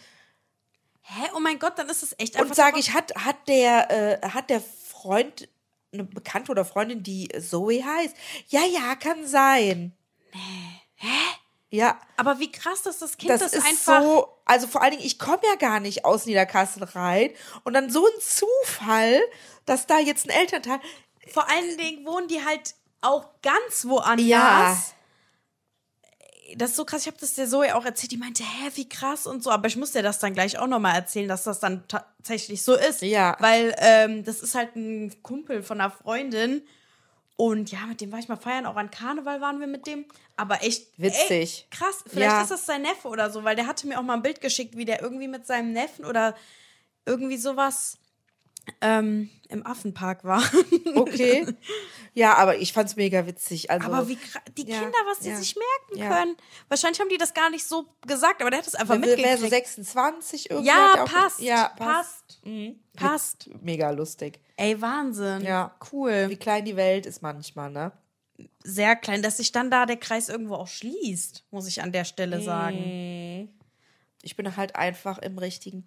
Speaker 1: Hä? Oh mein Gott, dann ist es echt einfach.
Speaker 2: und sage ich, hat, hat der, äh, hat der Freund eine Bekannte oder Freundin, die Zoe heißt. Ja, ja, kann sein. Nee. Hä? Ja.
Speaker 1: Aber wie krass, dass das Kind
Speaker 2: Das,
Speaker 1: das,
Speaker 2: ist
Speaker 1: einfach.
Speaker 2: so, also vor allen Dingen, ich komme ja gar nicht aus Niederkassel rein und dann so ein Zufall, dass da jetzt ein Elternteil,
Speaker 1: vor allen Dingen wohnen die halt auch ganz woanders.
Speaker 2: Ja.
Speaker 1: Das ist so krass. Ich habe das der Zoe auch erzählt. Die meinte, hä, wie krass und so. Aber ich muss dir das dann gleich auch nochmal erzählen, dass das dann ta- tatsächlich so ist.
Speaker 2: Ja.
Speaker 1: Weil ähm, das ist halt ein Kumpel von einer Freundin. Und ja, mit dem war ich mal feiern. Auch an Karneval waren wir mit dem. Aber echt.
Speaker 2: Witzig.
Speaker 1: Ey, krass. Vielleicht
Speaker 2: Ja.
Speaker 1: ist das sein Neffe oder so. Weil der hatte mir auch mal ein Bild geschickt, wie der irgendwie mit seinem Neffen oder irgendwie sowas ähm, im Affenpark war.
Speaker 2: okay. ja, aber ich fand's mega witzig. Also,
Speaker 1: Aber wie kra- die
Speaker 2: Ja,
Speaker 1: Kinder, was die
Speaker 2: ja,
Speaker 1: sich merken
Speaker 2: ja.
Speaker 1: können. Wahrscheinlich haben die das gar nicht so gesagt, aber der hat es einfach
Speaker 2: wer wär so
Speaker 1: mitgekriegt.
Speaker 2: 26 irgendwie. hat er
Speaker 1: ja,
Speaker 2: auch-
Speaker 1: passt,
Speaker 2: Ja, passt.
Speaker 1: passt. Passt.
Speaker 2: Mega lustig.
Speaker 1: Ey, Wahnsinn.
Speaker 2: Ja. Wie
Speaker 1: Cool.
Speaker 2: klein die Welt ist manchmal, ne?
Speaker 1: Sehr klein, dass sich dann da der Kreis irgendwo auch schließt, muss ich an der Stelle sagen.
Speaker 2: Ich bin halt einfach im richtigen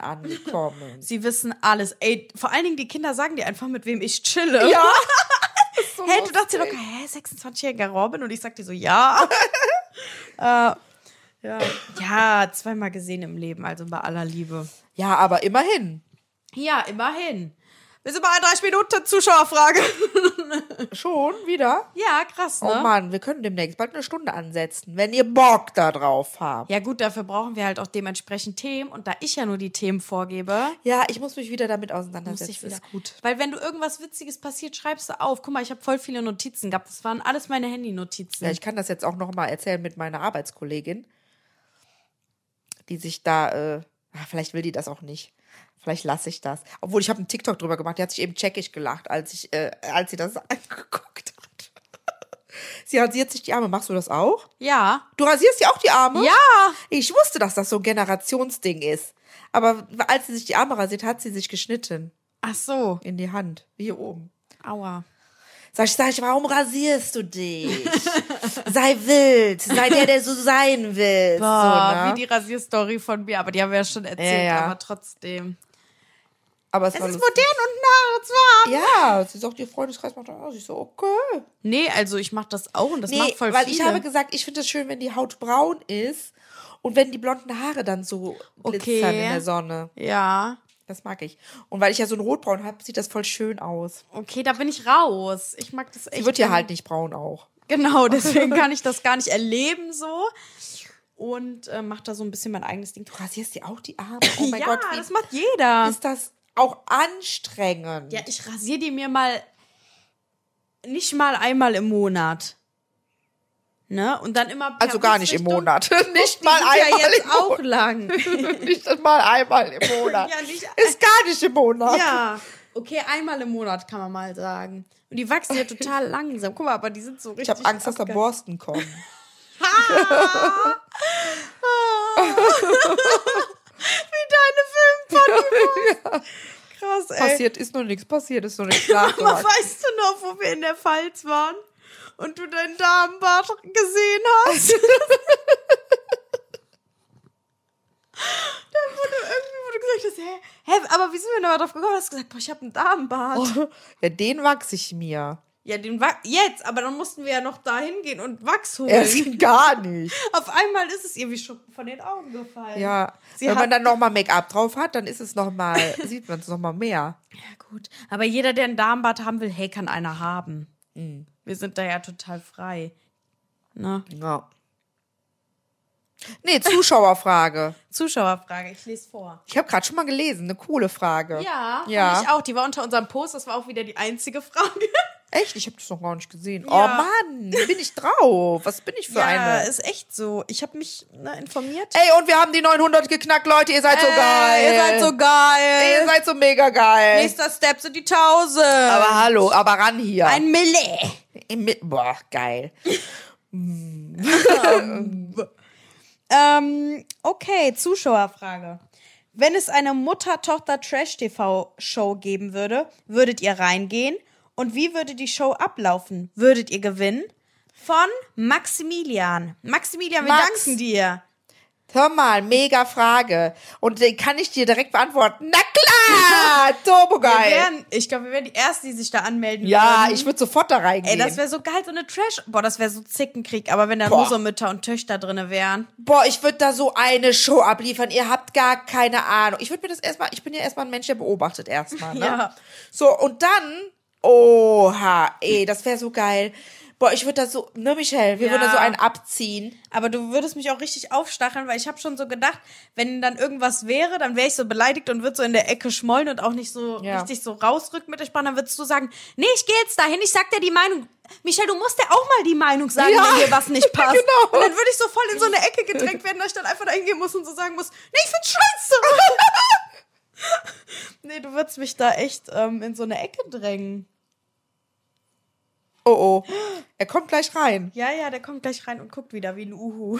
Speaker 2: angekommen.
Speaker 1: Sie wissen alles. Ey, vor allen Dingen die Kinder sagen dir einfach, mit wem ich chille.
Speaker 2: ja.
Speaker 1: Hey, du dachtest dir locker, hä, 26-jähriger Robin? Und ich sag dir so, ja. äh, ja. ja, zweimal gesehen im Leben, also bei aller Liebe.
Speaker 2: Ja, aber immerhin.
Speaker 1: Ja, immerhin. Wir sind bei 30 Minuten Zuschauerfrage.
Speaker 2: Schon wieder.
Speaker 1: Ja, krass,
Speaker 2: Oh
Speaker 1: ne?
Speaker 2: Mann, wir können demnächst bald eine Stunde ansetzen, wenn ihr Bock da drauf habt.
Speaker 1: ja, gut, dafür brauchen wir halt auch dementsprechend Themen. Und da ich ja nur die Themen vorgebe,
Speaker 2: Ja, ich muss mich wieder damit
Speaker 1: muss
Speaker 2: auseinandersetzen.
Speaker 1: ich wieder.
Speaker 2: Ist gut.
Speaker 1: Weil wenn du irgendwas Witziges passiert, schreibst du auf. Guck mal, ich habe voll viele Notizen gehabt. Das waren alles meine Handy-Notizen.
Speaker 2: Ja, ich kann das jetzt auch noch mal erzählen mit meiner Arbeitskollegin, die sich da, äh, ah, vielleicht will die das auch nicht. Vielleicht lasse ich das. Obwohl, ich habe einen TikTok drüber gemacht. Die hat sich eben tschechisch gelacht, als, ich, äh, als sie das angeguckt hat. Sie rasiert sich die Arme. Machst du das auch?
Speaker 1: ja.
Speaker 2: Du rasierst dir auch die Arme?
Speaker 1: Ja.
Speaker 2: Ich wusste, dass das so ein Generationsding ist. Aber als sie sich die Arme rasiert, hat sie sich geschnitten.
Speaker 1: Ach so.
Speaker 2: In die Hand. Wie hier oben.
Speaker 1: Aua.
Speaker 2: Sag ich, sag ich, warum rasierst du dich? sei wild. Sei der, der so sein will.
Speaker 1: Boah,
Speaker 2: so, ne?
Speaker 1: wie die Rasierstory von mir. Aber die haben wir ja schon erzählt,
Speaker 2: Ja, ja.
Speaker 1: aber trotzdem.
Speaker 2: Aber es,
Speaker 1: Es
Speaker 2: war
Speaker 1: ist modern
Speaker 2: lustig.
Speaker 1: und nachzuhaben.
Speaker 2: Ja, sie sagt, ihr Freundeskreis macht das aus. Ich so, okay.
Speaker 1: Nee, also ich mache das auch und das macht voll
Speaker 2: weil
Speaker 1: viele.
Speaker 2: ich habe gesagt, ich finde es schön, wenn die Haut braun ist und wenn die blonden Haare dann so
Speaker 1: Okay.
Speaker 2: glitzern in der Sonne.
Speaker 1: ja.
Speaker 2: Das mag ich. Und weil ich ja so ein Rotbraun habe, sieht das voll schön aus.
Speaker 1: Okay, da bin ich raus. Ich mag das echt.
Speaker 2: Die wird ja halt nicht braun auch.
Speaker 1: Genau, deswegen kann ich das gar nicht erleben so. Und äh, mach da so ein bisschen mein eigenes Ding.
Speaker 2: Du rasierst dir auch die Arme. Oh mein
Speaker 1: ja,
Speaker 2: Gott,
Speaker 1: das
Speaker 2: wie
Speaker 1: macht jeder.
Speaker 2: ist das auch anstrengend?
Speaker 1: Ja, ich rasiere die mir mal nicht mal einmal im Monat. Ne? Und dann immer per
Speaker 2: also gar nicht im
Speaker 1: Blitzrichtung.
Speaker 2: Monat. nicht
Speaker 1: Die
Speaker 2: mal
Speaker 1: sind
Speaker 2: einmal
Speaker 1: ja jetzt
Speaker 2: im
Speaker 1: auch lang.
Speaker 2: Monat. Nicht mal einmal im Monat.
Speaker 1: Ja, nicht-
Speaker 2: ist gar nicht im Monat.
Speaker 1: Ja. Okay, einmal im Monat kann man mal sagen. Und die wachsen ja total langsam. Guck mal, aber die sind so richtig.
Speaker 2: Ich habe Angst, dass da
Speaker 1: abge-
Speaker 2: Borsten kommen.
Speaker 1: Krass, ey.
Speaker 2: Passiert ist noch nichts, passiert ist noch nichts. Nach
Speaker 1: Aber weißt du noch, wo wir in der Pfalz waren und du deinen Damenbart gesehen hast? Dann wurde irgendwie wurde gesagt, dass, hä, hä, aber wie sind wir denn da drauf gekommen? Du hast gesagt, boah, ich habe einen Damenbart.
Speaker 2: Oh. ja, den wachse ich mir.
Speaker 1: Ja, den Wa jetzt, aber dann mussten wir ja noch da hingehen und Wachs holen.
Speaker 2: Ja, das geht gar nicht.
Speaker 1: Auf einmal ist es ihr wie Schuppen von den Augen gefallen.
Speaker 2: Ja.
Speaker 1: Sie
Speaker 2: Wenn man
Speaker 1: hat-
Speaker 2: dann nochmal Make-up drauf hat, dann ist es nochmal, sieht man es nochmal mehr.
Speaker 1: Ja, gut. Aber jeder, der einen Damenbart haben will, hey, kann einer haben. Wir sind da ja total frei. Ne?
Speaker 2: Ja. Nee, Zuschauerfrage.
Speaker 1: Zuschauerfrage, ich lese vor.
Speaker 2: Ich habe gerade schon mal gelesen, eine coole Frage.
Speaker 1: Ja, ja.
Speaker 2: Ja.
Speaker 1: Fand ich auch. Die war unter unserem Post. Das war auch wieder die einzige Frage.
Speaker 2: Echt? Ich habe das noch gar nicht gesehen. Oh
Speaker 1: Ja.
Speaker 2: Mann, wie bin ich drauf? Was bin ich für eine?
Speaker 1: ist echt so. Ich habe mich ne, informiert.
Speaker 2: Ey, und wir haben die 900 geknackt, Leute. Ihr seid so geil.
Speaker 1: Ihr seid so
Speaker 2: Ihr
Speaker 1: geil.
Speaker 2: seid so mega geil.
Speaker 1: Nächster Step sind die 1000.
Speaker 2: aber hallo, aber ran hier.
Speaker 1: ein Millet.
Speaker 2: Im Mi- Boah, geil.
Speaker 1: Ähm, okay, Zuschauerfrage. Wenn es eine Mutter-Tochter-Trash-TV-Show geben würde, würdet ihr reingehen? Und wie würde die Show ablaufen? Würdet ihr gewinnen? Von Maximilian. Maximilian, wir
Speaker 2: Max.
Speaker 1: danken dir.
Speaker 2: Hör mal, mega Frage. Und den kann ich dir direkt beantworten. Na klar! Turbo
Speaker 1: Wir
Speaker 2: geil.
Speaker 1: wären, ich glaube, wir wären die Ersten, die sich da anmelden
Speaker 2: Ja,
Speaker 1: würden.
Speaker 2: ich würde sofort da
Speaker 1: Ey,
Speaker 2: reingehen.
Speaker 1: das wäre so geil, so eine Trash. Boah, das wäre so Zickenkrieg, aber wenn da
Speaker 2: Boah.
Speaker 1: nur so Mütter und Töchter drinne wären.
Speaker 2: Boah, ich würde da so eine Show abliefern. Ihr habt gar keine Ahnung. Ich würde mir das erstmal, ich bin ja erstmal ein Mensch, der beobachtet erstmal. Ne?
Speaker 1: Ja.
Speaker 2: So, und dann, oha, ey, das wäre so geil. Boah, ich würde da so, ne, Michelle, wir
Speaker 1: Ja.
Speaker 2: würden da so einen abziehen.
Speaker 1: Aber du würdest mich auch richtig aufstacheln, weil ich habe schon so gedacht, wenn dann irgendwas wäre, dann wäre ich so beleidigt und würde so in der Ecke schmollen und auch nicht so
Speaker 2: Ja.
Speaker 1: richtig so rausrücken mit der Sprache. Dann würdest du sagen, nee, ich gehe jetzt dahin, ich sag dir die Meinung. Michelle, du musst dir auch mal die Meinung sagen,
Speaker 2: Ja.
Speaker 1: wenn dir was nicht passt.
Speaker 2: Genau.
Speaker 1: Und dann würde ich so voll in so eine Ecke gedrängt werden, dass ich dann einfach da hingehen muss und so sagen muss, nee, ich find's scheiße. nee, du würdest mich da echt ähm, in so eine Ecke drängen.
Speaker 2: Oh, oh. Er kommt gleich rein.
Speaker 1: Ja, ja, der kommt gleich rein und guckt wieder wie ein Uhu.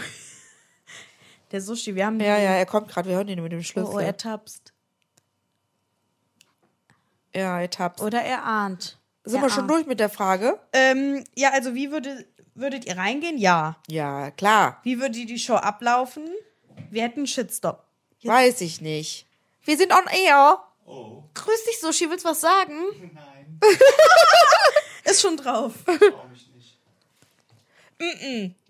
Speaker 1: Der Sushi, wir haben den
Speaker 2: Ja, ja, er kommt gerade. Wir hören ihn mit dem Schlüssel.
Speaker 1: Oh, er tapst.
Speaker 2: ja, er tappt.
Speaker 1: Oder er ahnt.
Speaker 2: Sind
Speaker 1: er
Speaker 2: wir schon
Speaker 1: ahnt.
Speaker 2: durch mit der Frage?
Speaker 1: Ähm, ja, also wie würde, würdet ihr reingehen? Ja.
Speaker 2: Ja, klar.
Speaker 1: Wie würde die Show ablaufen? Wir hätten einen Shitstorm.
Speaker 2: Weiß ich nicht. Wir sind on air.
Speaker 4: Oh,
Speaker 1: Grüß dich, Sushi. Willst was sagen?
Speaker 4: nein,
Speaker 1: Ist schon drauf.
Speaker 4: trau mich nicht.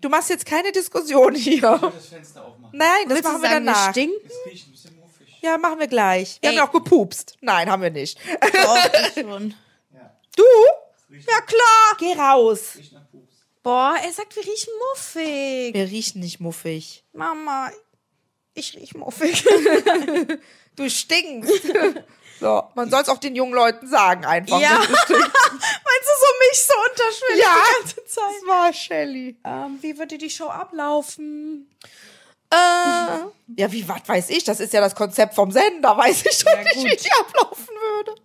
Speaker 2: Du machst jetzt keine Diskussion
Speaker 4: Ich
Speaker 2: hier.
Speaker 4: will das Fenster aufmachen.
Speaker 2: Nein, das
Speaker 1: Willst
Speaker 2: machen
Speaker 1: du
Speaker 2: wir
Speaker 1: sagen, wir
Speaker 2: danach.
Speaker 1: stinken?
Speaker 4: Es riecht ein bisschen muffig.
Speaker 2: Ja, machen wir gleich. Wir
Speaker 1: Ey.
Speaker 2: haben ja auch gepupst. Nein, haben wir nicht.
Speaker 1: Doch, schon.
Speaker 4: Ja,
Speaker 2: Du?
Speaker 4: es riecht,
Speaker 1: Ja, klar.
Speaker 2: Geh raus.
Speaker 4: riecht nach Pups.
Speaker 1: Boah, er sagt, wir riechen muffig.
Speaker 2: Wir riechen nicht muffig.
Speaker 1: Mama, ich riech muffig.
Speaker 2: Du stinkst. so, man soll es auch den jungen Leuten sagen einfach.
Speaker 1: Ja. Meinst du so mich so unterschwellig
Speaker 2: Ja.
Speaker 1: die ganze Zeit?
Speaker 2: Das war Shelly.
Speaker 1: Ähm, wie würde die Show ablaufen?
Speaker 2: Äh, ja, wie, was weiß ich? Das ist ja das Konzept vom Sender. Weiß ich schon
Speaker 1: Ja,
Speaker 2: nicht, wie
Speaker 1: gut.
Speaker 2: die ablaufen würde.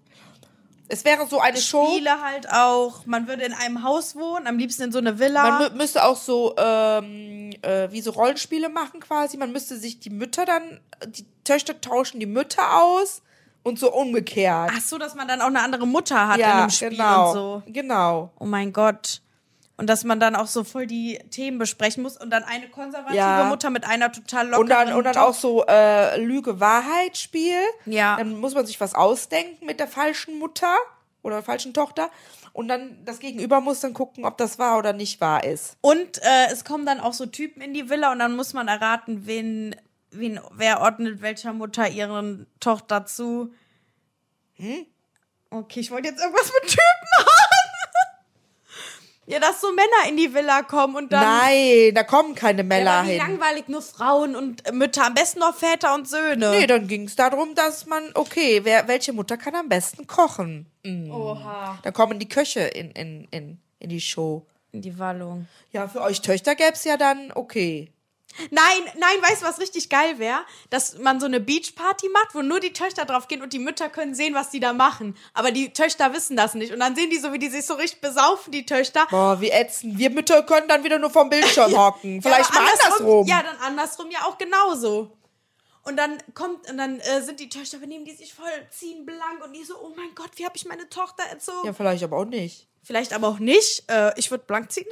Speaker 2: Es wäre so eine Show.
Speaker 1: Spiele halt auch. Man würde in einem Haus wohnen, am liebsten in so eine
Speaker 2: Man
Speaker 1: Villa.
Speaker 2: mü- müsste auch so, ähm, äh, wie so Rollenspiele machen quasi. Man müsste sich die Mütter dann, die Töchter tauschen die Mütter aus und so umgekehrt.
Speaker 1: Ach so, dass man dann auch eine andere Mutter hat in einem Spiel
Speaker 2: genau.
Speaker 1: und so.
Speaker 2: Genau.
Speaker 1: Oh mein Gott. Und dass man dann auch so voll die Themen besprechen muss und dann eine konservative
Speaker 2: Ja.
Speaker 1: Mutter mit einer total lockeren
Speaker 2: Und dann, und dann
Speaker 1: Tochter.
Speaker 2: auch so äh, Lüge-Wahrheit-Spiel.
Speaker 1: Ja.
Speaker 2: Dann muss man sich was ausdenken mit der falschen Mutter oder falschen Tochter. Und dann das Gegenüber muss dann gucken, ob das wahr oder nicht wahr ist.
Speaker 1: Und äh, es kommen dann auch so Typen in die Villa und dann muss man erraten, wen, wen, wer ordnet welcher Mutter ihren Tochter zu. Hm? Okay, ich wollte jetzt irgendwas mit Typen haben. ja, dass so Männer in die Villa kommen und dann.
Speaker 2: Nein, da kommen keine Männer
Speaker 1: Ja, aber wie
Speaker 2: hin.
Speaker 1: langweilig, nur Frauen und Mütter, am besten noch Väter und Söhne.
Speaker 2: Nee, dann ging es darum, dass man, okay, wer, welche Mutter kann am besten kochen? Mhm.
Speaker 1: Oha.
Speaker 2: Dann kommen die Köche in, in, in, in die Show.
Speaker 1: In die Wallung.
Speaker 2: Ja, für euch Töchter gäbe es ja dann, okay.
Speaker 1: Nein, nein, weißt du, was richtig geil wäre? Dass man so eine Beachparty macht, wo nur die Töchter drauf gehen und die Mütter können sehen, was die da machen. Aber die Töchter wissen das nicht. Und dann sehen die so, wie die sich so richtig besaufen, die Töchter.
Speaker 2: Boah, wie ätzend. Wir Mütter können dann wieder nur vom Bildschirm hocken. Vielleicht
Speaker 1: Ja, aber
Speaker 2: mal andersrum.
Speaker 1: Ja, dann andersrum ja auch genauso. Und dann kommt, und dann äh, sind die Töchter, benehmen die sich voll, ziehen blank und die so, oh mein Gott, wie habe ich meine Tochter erzogen?
Speaker 2: ja, vielleicht aber auch nicht.
Speaker 1: Vielleicht aber auch nicht. Äh, ich würde blank ziehen.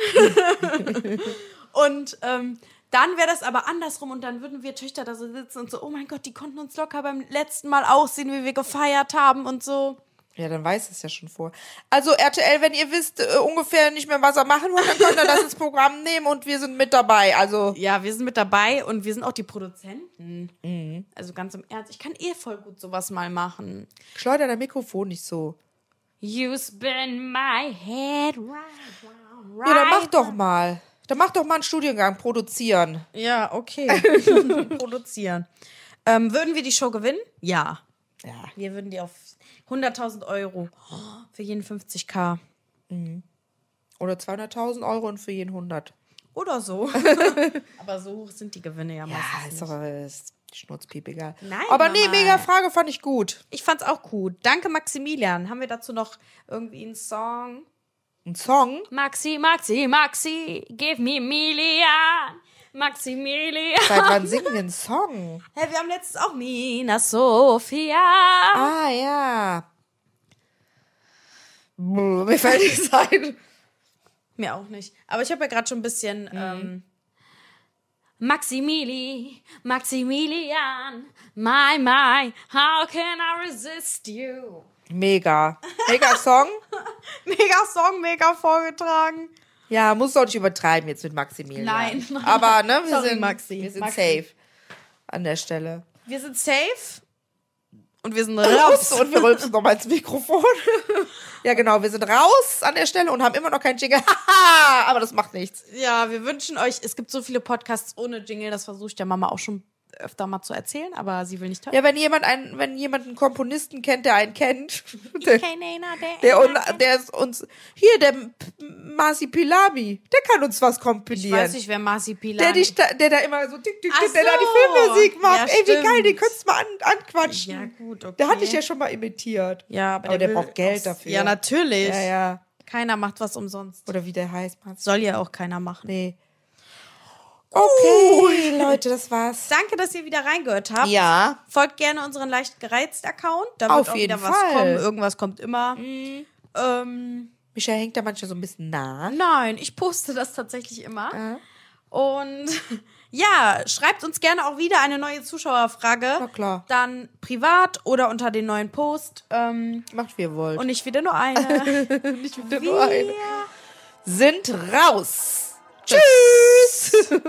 Speaker 1: und ähm, dann wäre das aber andersrum und dann würden wir Töchter da so sitzen und so, oh mein Gott, die konnten uns locker beim letzten Mal auch sehen, wie wir gefeiert haben und so.
Speaker 2: Ja, dann weiß es ja schon vor. Also RTL, wenn ihr wisst äh, ungefähr nicht mehr, was er machen will, dann könnt ihr das ins Programm nehmen und wir sind mit dabei. Also
Speaker 1: Ja, wir sind mit dabei und wir sind auch die Produzenten. Also ganz im Ernst, ich kann eh voll gut sowas mal machen.
Speaker 2: schleuder dein Mikrofon nicht so.
Speaker 1: You spin my head right, round,
Speaker 2: Ja, dann
Speaker 1: right.
Speaker 2: mach doch mal. Dann mach doch mal einen Studiengang, produzieren.
Speaker 1: Ja, okay. Produzieren. Ähm, würden wir die Show gewinnen? Ja.
Speaker 2: Ja.
Speaker 1: Wir würden die auf 100.000 Euro oh, für jeden 50k
Speaker 2: Oder 200.000 Euro und für jeden 100.
Speaker 1: oder so. Aber so hoch sind die Gewinne ja meistens.
Speaker 2: Ja, ist doch äh, ist schnurzpiep egal.
Speaker 1: Nein,
Speaker 2: Aber nee,
Speaker 1: Mama.
Speaker 2: mega Frage fand ich gut.
Speaker 1: Ich fand's auch gut. Danke, Maximilian. Haben wir dazu noch irgendwie einen Song?
Speaker 2: Ein Song.
Speaker 5: Maxi, Maxi, Maxi, give me Milian. Maximilian.
Speaker 2: Seit wann singen wir einen Song?
Speaker 1: Hey, wir haben letztens auch Mina.
Speaker 5: Na, Sophia.
Speaker 2: Ah, ja. Brr, Mir fällt nichts ein.
Speaker 1: Mir auch nicht. Aber ich habe ja gerade schon ein bisschen. Ähm,
Speaker 5: Maximili, Maximilian, my, my, how can I resist you?
Speaker 2: Mega. Mega Song.
Speaker 1: Mega Song, mega vorgetragen.
Speaker 2: Ja, muss doch nicht übertreiben jetzt mit Maximilian.
Speaker 1: Nein.
Speaker 2: Aber ne, wir
Speaker 1: Sorry,
Speaker 2: sind,
Speaker 1: Maxi.
Speaker 2: Wir sind
Speaker 1: Maxi.
Speaker 2: safe an der Stelle.
Speaker 1: Wir sind safe und wir sind raus.
Speaker 2: Und wir rülpsen nochmal ins Mikrofon. ja, genau, wir sind raus an der Stelle und haben immer noch keinen Jingle. Haha, aber das macht nichts.
Speaker 1: ja, wir wünschen euch, es gibt so viele Podcasts ohne Jingle, das versuche ich der Mama auch schon öfter mal zu erzählen, aber sie will nicht hören.
Speaker 2: Ja, wenn jemand einen, wenn jemand einen Komponisten kennt, der einen kennt, der,
Speaker 1: einer,
Speaker 2: der, un, der ist uns, hier, der P- Marci Pilabi, der kann uns was
Speaker 1: ich
Speaker 2: komponieren.
Speaker 1: weiß nicht, wer Marci Pilar
Speaker 2: der, dich da, der da immer so, tick, tick,
Speaker 1: Ach
Speaker 2: tick, der da
Speaker 1: so.
Speaker 2: die Filmmusik macht.
Speaker 1: Ja,
Speaker 2: Ey, wie geil,
Speaker 1: stimmt.
Speaker 2: den könntest du mal an, anquatschen.
Speaker 1: Ja, gut, okay.
Speaker 2: Der hatte ich ja schon mal imitiert.
Speaker 1: Ja,
Speaker 2: Aber der
Speaker 1: will-
Speaker 2: braucht Geld dafür.
Speaker 1: Ja, natürlich.
Speaker 2: Ja, ja.
Speaker 1: Keiner macht was umsonst.
Speaker 2: Oder wie der heißt, Marci.
Speaker 1: Soll ja auch keiner machen.
Speaker 2: Nee. Okay, Leute, das war's.
Speaker 1: Danke, dass ihr wieder reingehört habt.
Speaker 2: Ja.
Speaker 1: Folgt gerne unseren leicht gereizt Account. Da
Speaker 2: Auf
Speaker 1: wird auch
Speaker 2: jeden
Speaker 1: wieder was
Speaker 2: Fall.
Speaker 1: kommen. Irgendwas kommt immer. Ähm,
Speaker 2: Michael hängt da manchmal so ein bisschen nah.
Speaker 1: nein, ich poste das tatsächlich immer. Und ja, schreibt uns gerne auch wieder eine neue Zuschauerfrage.
Speaker 2: Na klar.
Speaker 1: Dann privat oder unter den neuen Post. Ähm,
Speaker 2: Macht, wie ihr wollt. oh,
Speaker 1: und nicht wieder nur eine.
Speaker 2: nicht wieder nur eine.
Speaker 1: Wir-
Speaker 2: Sind raus. Tschüss.